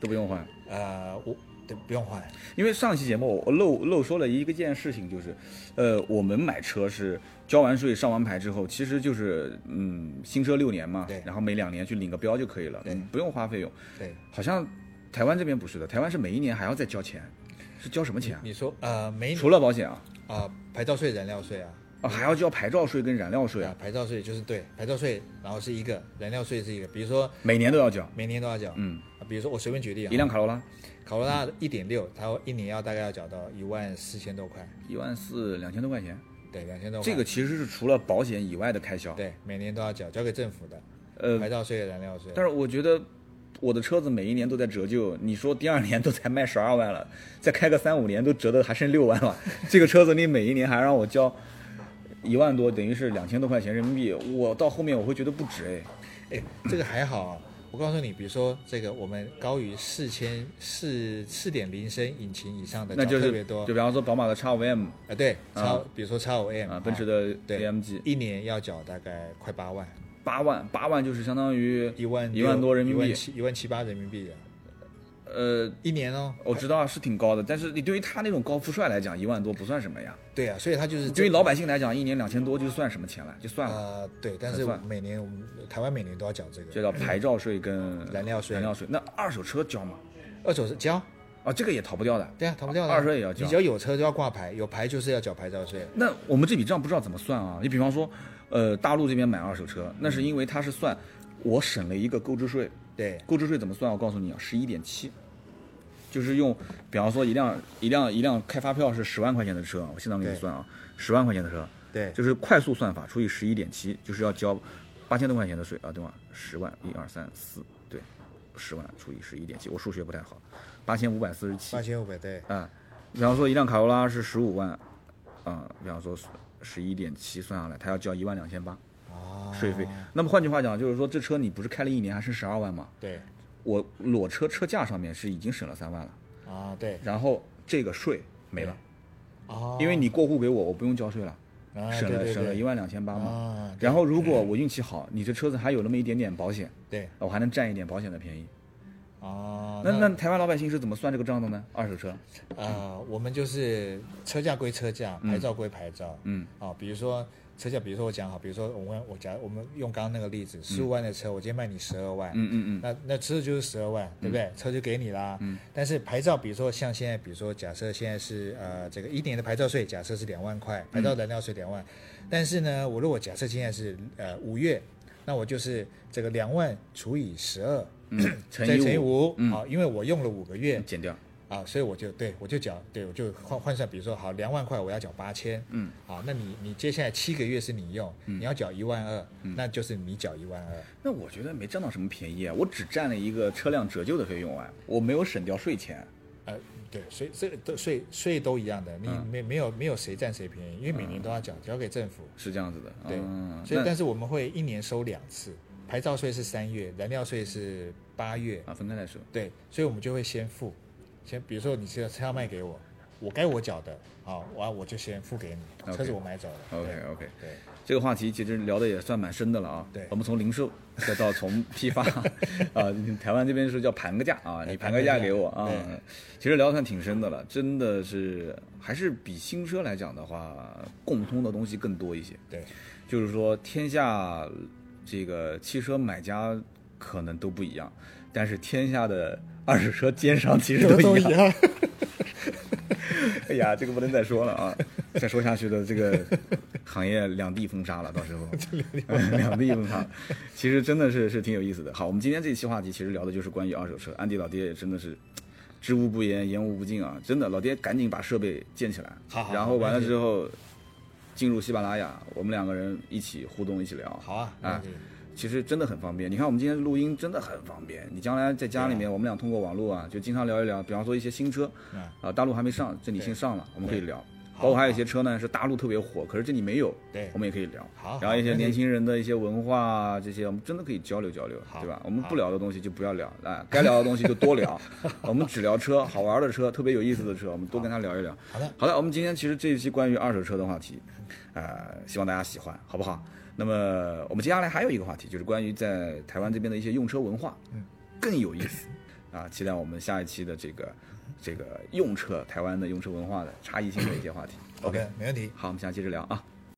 Speaker 1: 都不用换，
Speaker 2: 呃，我对不用换，
Speaker 1: 因为上期节目我漏漏说了一个件事情，就是，呃，我们买车是交完税、上完牌之后，其实就是嗯，新车六年嘛
Speaker 2: 对，
Speaker 1: 然后每两年去领个标就可以了，
Speaker 2: 对
Speaker 1: 嗯不用花费用。
Speaker 2: 对，
Speaker 1: 好像台湾这边不是的，台湾是每一年还要再交钱，是交什么钱啊？
Speaker 2: 你说呃每
Speaker 1: 除了保险啊，
Speaker 2: 啊、牌照税、燃料税啊，
Speaker 1: 啊还要交牌照税跟燃料税啊
Speaker 2: 啊，牌照税就是对牌照税，然后是一个燃料税是一个，比如说
Speaker 1: 每年都要交。
Speaker 2: 每年都要缴，
Speaker 1: 嗯，
Speaker 2: 啊比如说我随便举例啊
Speaker 1: 一，辆卡罗拉
Speaker 2: 卡罗拉一点六，它一年要大概要缴到一万四千多块，
Speaker 1: 一万四两千多块钱，
Speaker 2: 对，两千多块，
Speaker 1: 这个其实是除了保险以外的开销。
Speaker 2: 对每年都要缴，交给政府的。
Speaker 1: 呃，
Speaker 2: 牌照税、燃料税。
Speaker 1: 但是我觉得我的车子每一年都在折旧，你说第二年都才卖十二万了，再开个三五年都折的还剩六万了，这个车子你每一年还让我交一万多，等于是两千多块钱人民币，我到后面我会觉得不值哎。
Speaker 2: 哎，这个还好啊。我告诉你，比如说这个，我们高于四千四四点零升引擎以上的
Speaker 1: 那
Speaker 2: 缴
Speaker 1: 就是
Speaker 2: 特别多
Speaker 1: 就比方说宝马的 X5M
Speaker 2: 啊、对，超、比如说超 O M
Speaker 1: 啊，奔驰的
Speaker 2: 哎对
Speaker 1: AMG
Speaker 2: 一年要缴大概快八万，
Speaker 1: 八万，八万就是相当于
Speaker 2: 一万
Speaker 1: 一万多人民
Speaker 2: 一万
Speaker 1: 币，
Speaker 2: 七一万七八人民币啊，
Speaker 1: 呃。
Speaker 2: 一年哦。
Speaker 1: 我知道啊是挺高的，但是你对于他那种高富帅来讲，一万多不算什么呀。
Speaker 2: 对啊，所以它就是
Speaker 1: 对于
Speaker 2: 这
Speaker 1: 老百姓来讲，一年两千多就算什么钱了，就算了。
Speaker 2: 呃对，但是
Speaker 1: 很算
Speaker 2: 每年我们台湾每年都要缴这
Speaker 1: 这
Speaker 2: 个，
Speaker 1: 叫牌照税跟
Speaker 2: 燃料税哦
Speaker 1: 燃料税，那二手车交吗？
Speaker 2: 二手是交，
Speaker 1: 啊，这个也逃不掉的。
Speaker 2: 对啊，逃不掉的。
Speaker 1: 二手也要交
Speaker 2: 你只要有车就要挂牌，有牌就是要缴牌照税。
Speaker 1: 那我们这笔账不知道怎么算啊？你比方说，呃，大陆这边买二手车，那是因为它是算我省了一个购置税，
Speaker 2: 对，
Speaker 1: 购置税怎么算？我告诉你啊，十一点七，就是用，比方说一辆一辆一辆开发票是十万块钱的车，我现在给你
Speaker 2: 对
Speaker 1: 算啊，十万块钱的车，
Speaker 2: 对，
Speaker 1: 就是快速算法除以十一点七，就是要交八千多块钱的税啊，对吧？十万，一二三四，对，十万除以十一点七，我数学不太好，八千五百四十七
Speaker 2: 八千五百对。
Speaker 1: 啊。比方说一辆卡罗拉是十五万，啊，比方说十一点七算下来，他要交一万两千八
Speaker 2: 啊，
Speaker 1: 税费。那么换句话讲，就是说这车你不是开了一年还剩十二万吗？
Speaker 2: 对，
Speaker 1: 我裸车车价上面是已经省了三万了，
Speaker 2: 啊对，
Speaker 1: 然后这个税没了，
Speaker 2: 啊，
Speaker 1: 因为你过户给我，我不用交税了，
Speaker 2: 啊
Speaker 1: 哦省
Speaker 2: 对
Speaker 1: 了
Speaker 2: 对
Speaker 1: 省了
Speaker 2: 对
Speaker 1: 一万两千八嘛。
Speaker 2: 啊，
Speaker 1: 然后如果我运气好，你这车子还有那么一点点保险，
Speaker 2: 对
Speaker 1: 我还能占一点保险的便宜。
Speaker 2: 啊，
Speaker 1: 那那台湾老百姓是怎么算这个账的呢？二手车，
Speaker 2: 呃，我们就是车价归车价，牌照归牌照，
Speaker 1: 嗯，
Speaker 2: 啊，比如说车价，比如说我讲好，比如说我们我假我们用刚刚那个例子，十五万的车，我今天卖你十二万，
Speaker 1: 嗯嗯嗯，
Speaker 2: 那那车就是十二万，对不对？车就给你啦。嗯。但是牌照，比如说像现在，比如说假设现在是呃这个一年的牌照税，假设是两万块，牌照燃料税两万。
Speaker 1: 嗯
Speaker 2: 但是呢，我如果假设现在是呃五月，那我就是这个两万除以十二、
Speaker 1: 嗯 乘
Speaker 2: 再
Speaker 1: 以
Speaker 2: 乘以
Speaker 1: 五，嗯
Speaker 2: 五，好，因为我用了五个月
Speaker 1: 减掉。
Speaker 2: 啊，所以我就对我就缴，对我就换换算，比如说好两万块我要缴八千，嗯，好，那你你接下来七个月是你用，
Speaker 1: 嗯
Speaker 2: 你要缴一万二，那就是你缴一万二。
Speaker 1: 那我觉得没占到什么便宜啊，我只占了一个车辆折旧的费用啊，我没有省掉税钱。
Speaker 2: 呃，
Speaker 1: 嗯
Speaker 2: 对，所以这个都税税都一样的，你没没有没有谁占谁便宜，因为每年都要缴，交给政府。
Speaker 1: 是这样子的，
Speaker 2: 对
Speaker 1: 嗯，
Speaker 2: 所以
Speaker 1: 那
Speaker 2: 但是我们会一年收两次，牌照税是三月，燃料税是八月。
Speaker 1: 啊，分开来说，
Speaker 2: 对，所以我们就会先付，先比如说你这个车要卖给我，我该我缴的，好，完我就先付给你，
Speaker 1: OK
Speaker 2: 车子我买走了。对
Speaker 1: OK OK，
Speaker 2: 对
Speaker 1: 这个话题其实聊的也算蛮深的了啊。
Speaker 2: 对
Speaker 1: 我们从零售再到从批 发，啊，台湾这边是叫盘个价啊，你盘个价给我啊
Speaker 2: 盘个价。
Speaker 1: 其实聊得算挺深的了，真的是还是比新车来讲的话，共通的东西更多一些。
Speaker 2: 对
Speaker 1: 就是说，天下这个汽车买家可能都不一样，但是天下的二手车奸商其实
Speaker 2: 都
Speaker 1: 都一
Speaker 2: 一
Speaker 1: 样。
Speaker 2: 样。
Speaker 1: 哎呀，这个不能再说了啊。 再说下去的这个行业两地封杀了，到时 候 两地封杀。其实真的是是挺有意思的。好，我们今天这期话题其实聊的就是关于二手车。安迪老爹也真的是知无不言，言无不尽啊！真的，老爹赶紧把设备建起来，
Speaker 2: 好好
Speaker 1: 然后
Speaker 2: 没
Speaker 1: 完了
Speaker 2: 问题
Speaker 1: 之后进入喜马拉雅，我们两个人一起互动，一起聊。
Speaker 2: 好啊，
Speaker 1: 啊
Speaker 2: 没问题
Speaker 1: 其实真的很方便。你看我们今天录音真的很方便。你将来在家里
Speaker 2: 对
Speaker 1: 面，我们俩通过网络啊，就经常聊一聊，比方说一些新车，
Speaker 2: 啊，
Speaker 1: 啊，大陆还没上，这里
Speaker 2: 对
Speaker 1: 先上了，我们可以聊。
Speaker 2: 好
Speaker 1: 包括还有一些车呢是大陆特别火，可是这里没有，
Speaker 2: 对
Speaker 1: 我们也可以聊。
Speaker 2: 好
Speaker 1: 然后一些
Speaker 2: 啊好
Speaker 1: 年轻人的一些文化啊，这些，我们真的可以交流交流，
Speaker 2: 好
Speaker 1: 对吧？我们
Speaker 2: 好
Speaker 1: 不聊的东西就不要聊，哎，该聊的东西就多 聊。我们只聊车，好玩的车，特别有意思的车，我们多跟他聊一聊。
Speaker 2: 好的，
Speaker 1: 好的，我们今天其实这一期关于二手车的话题，呃，希望大家喜欢，好不好？那么我们接下来还有一个话题，就是关于在台湾这边的一些用车文化，
Speaker 2: 嗯，
Speaker 1: 更有意思啊！期待我们下一期的这个这个用车台湾的用车文化的差异性的一些话题。
Speaker 2: 好的，没问题。
Speaker 1: 好，我们下期接着聊啊。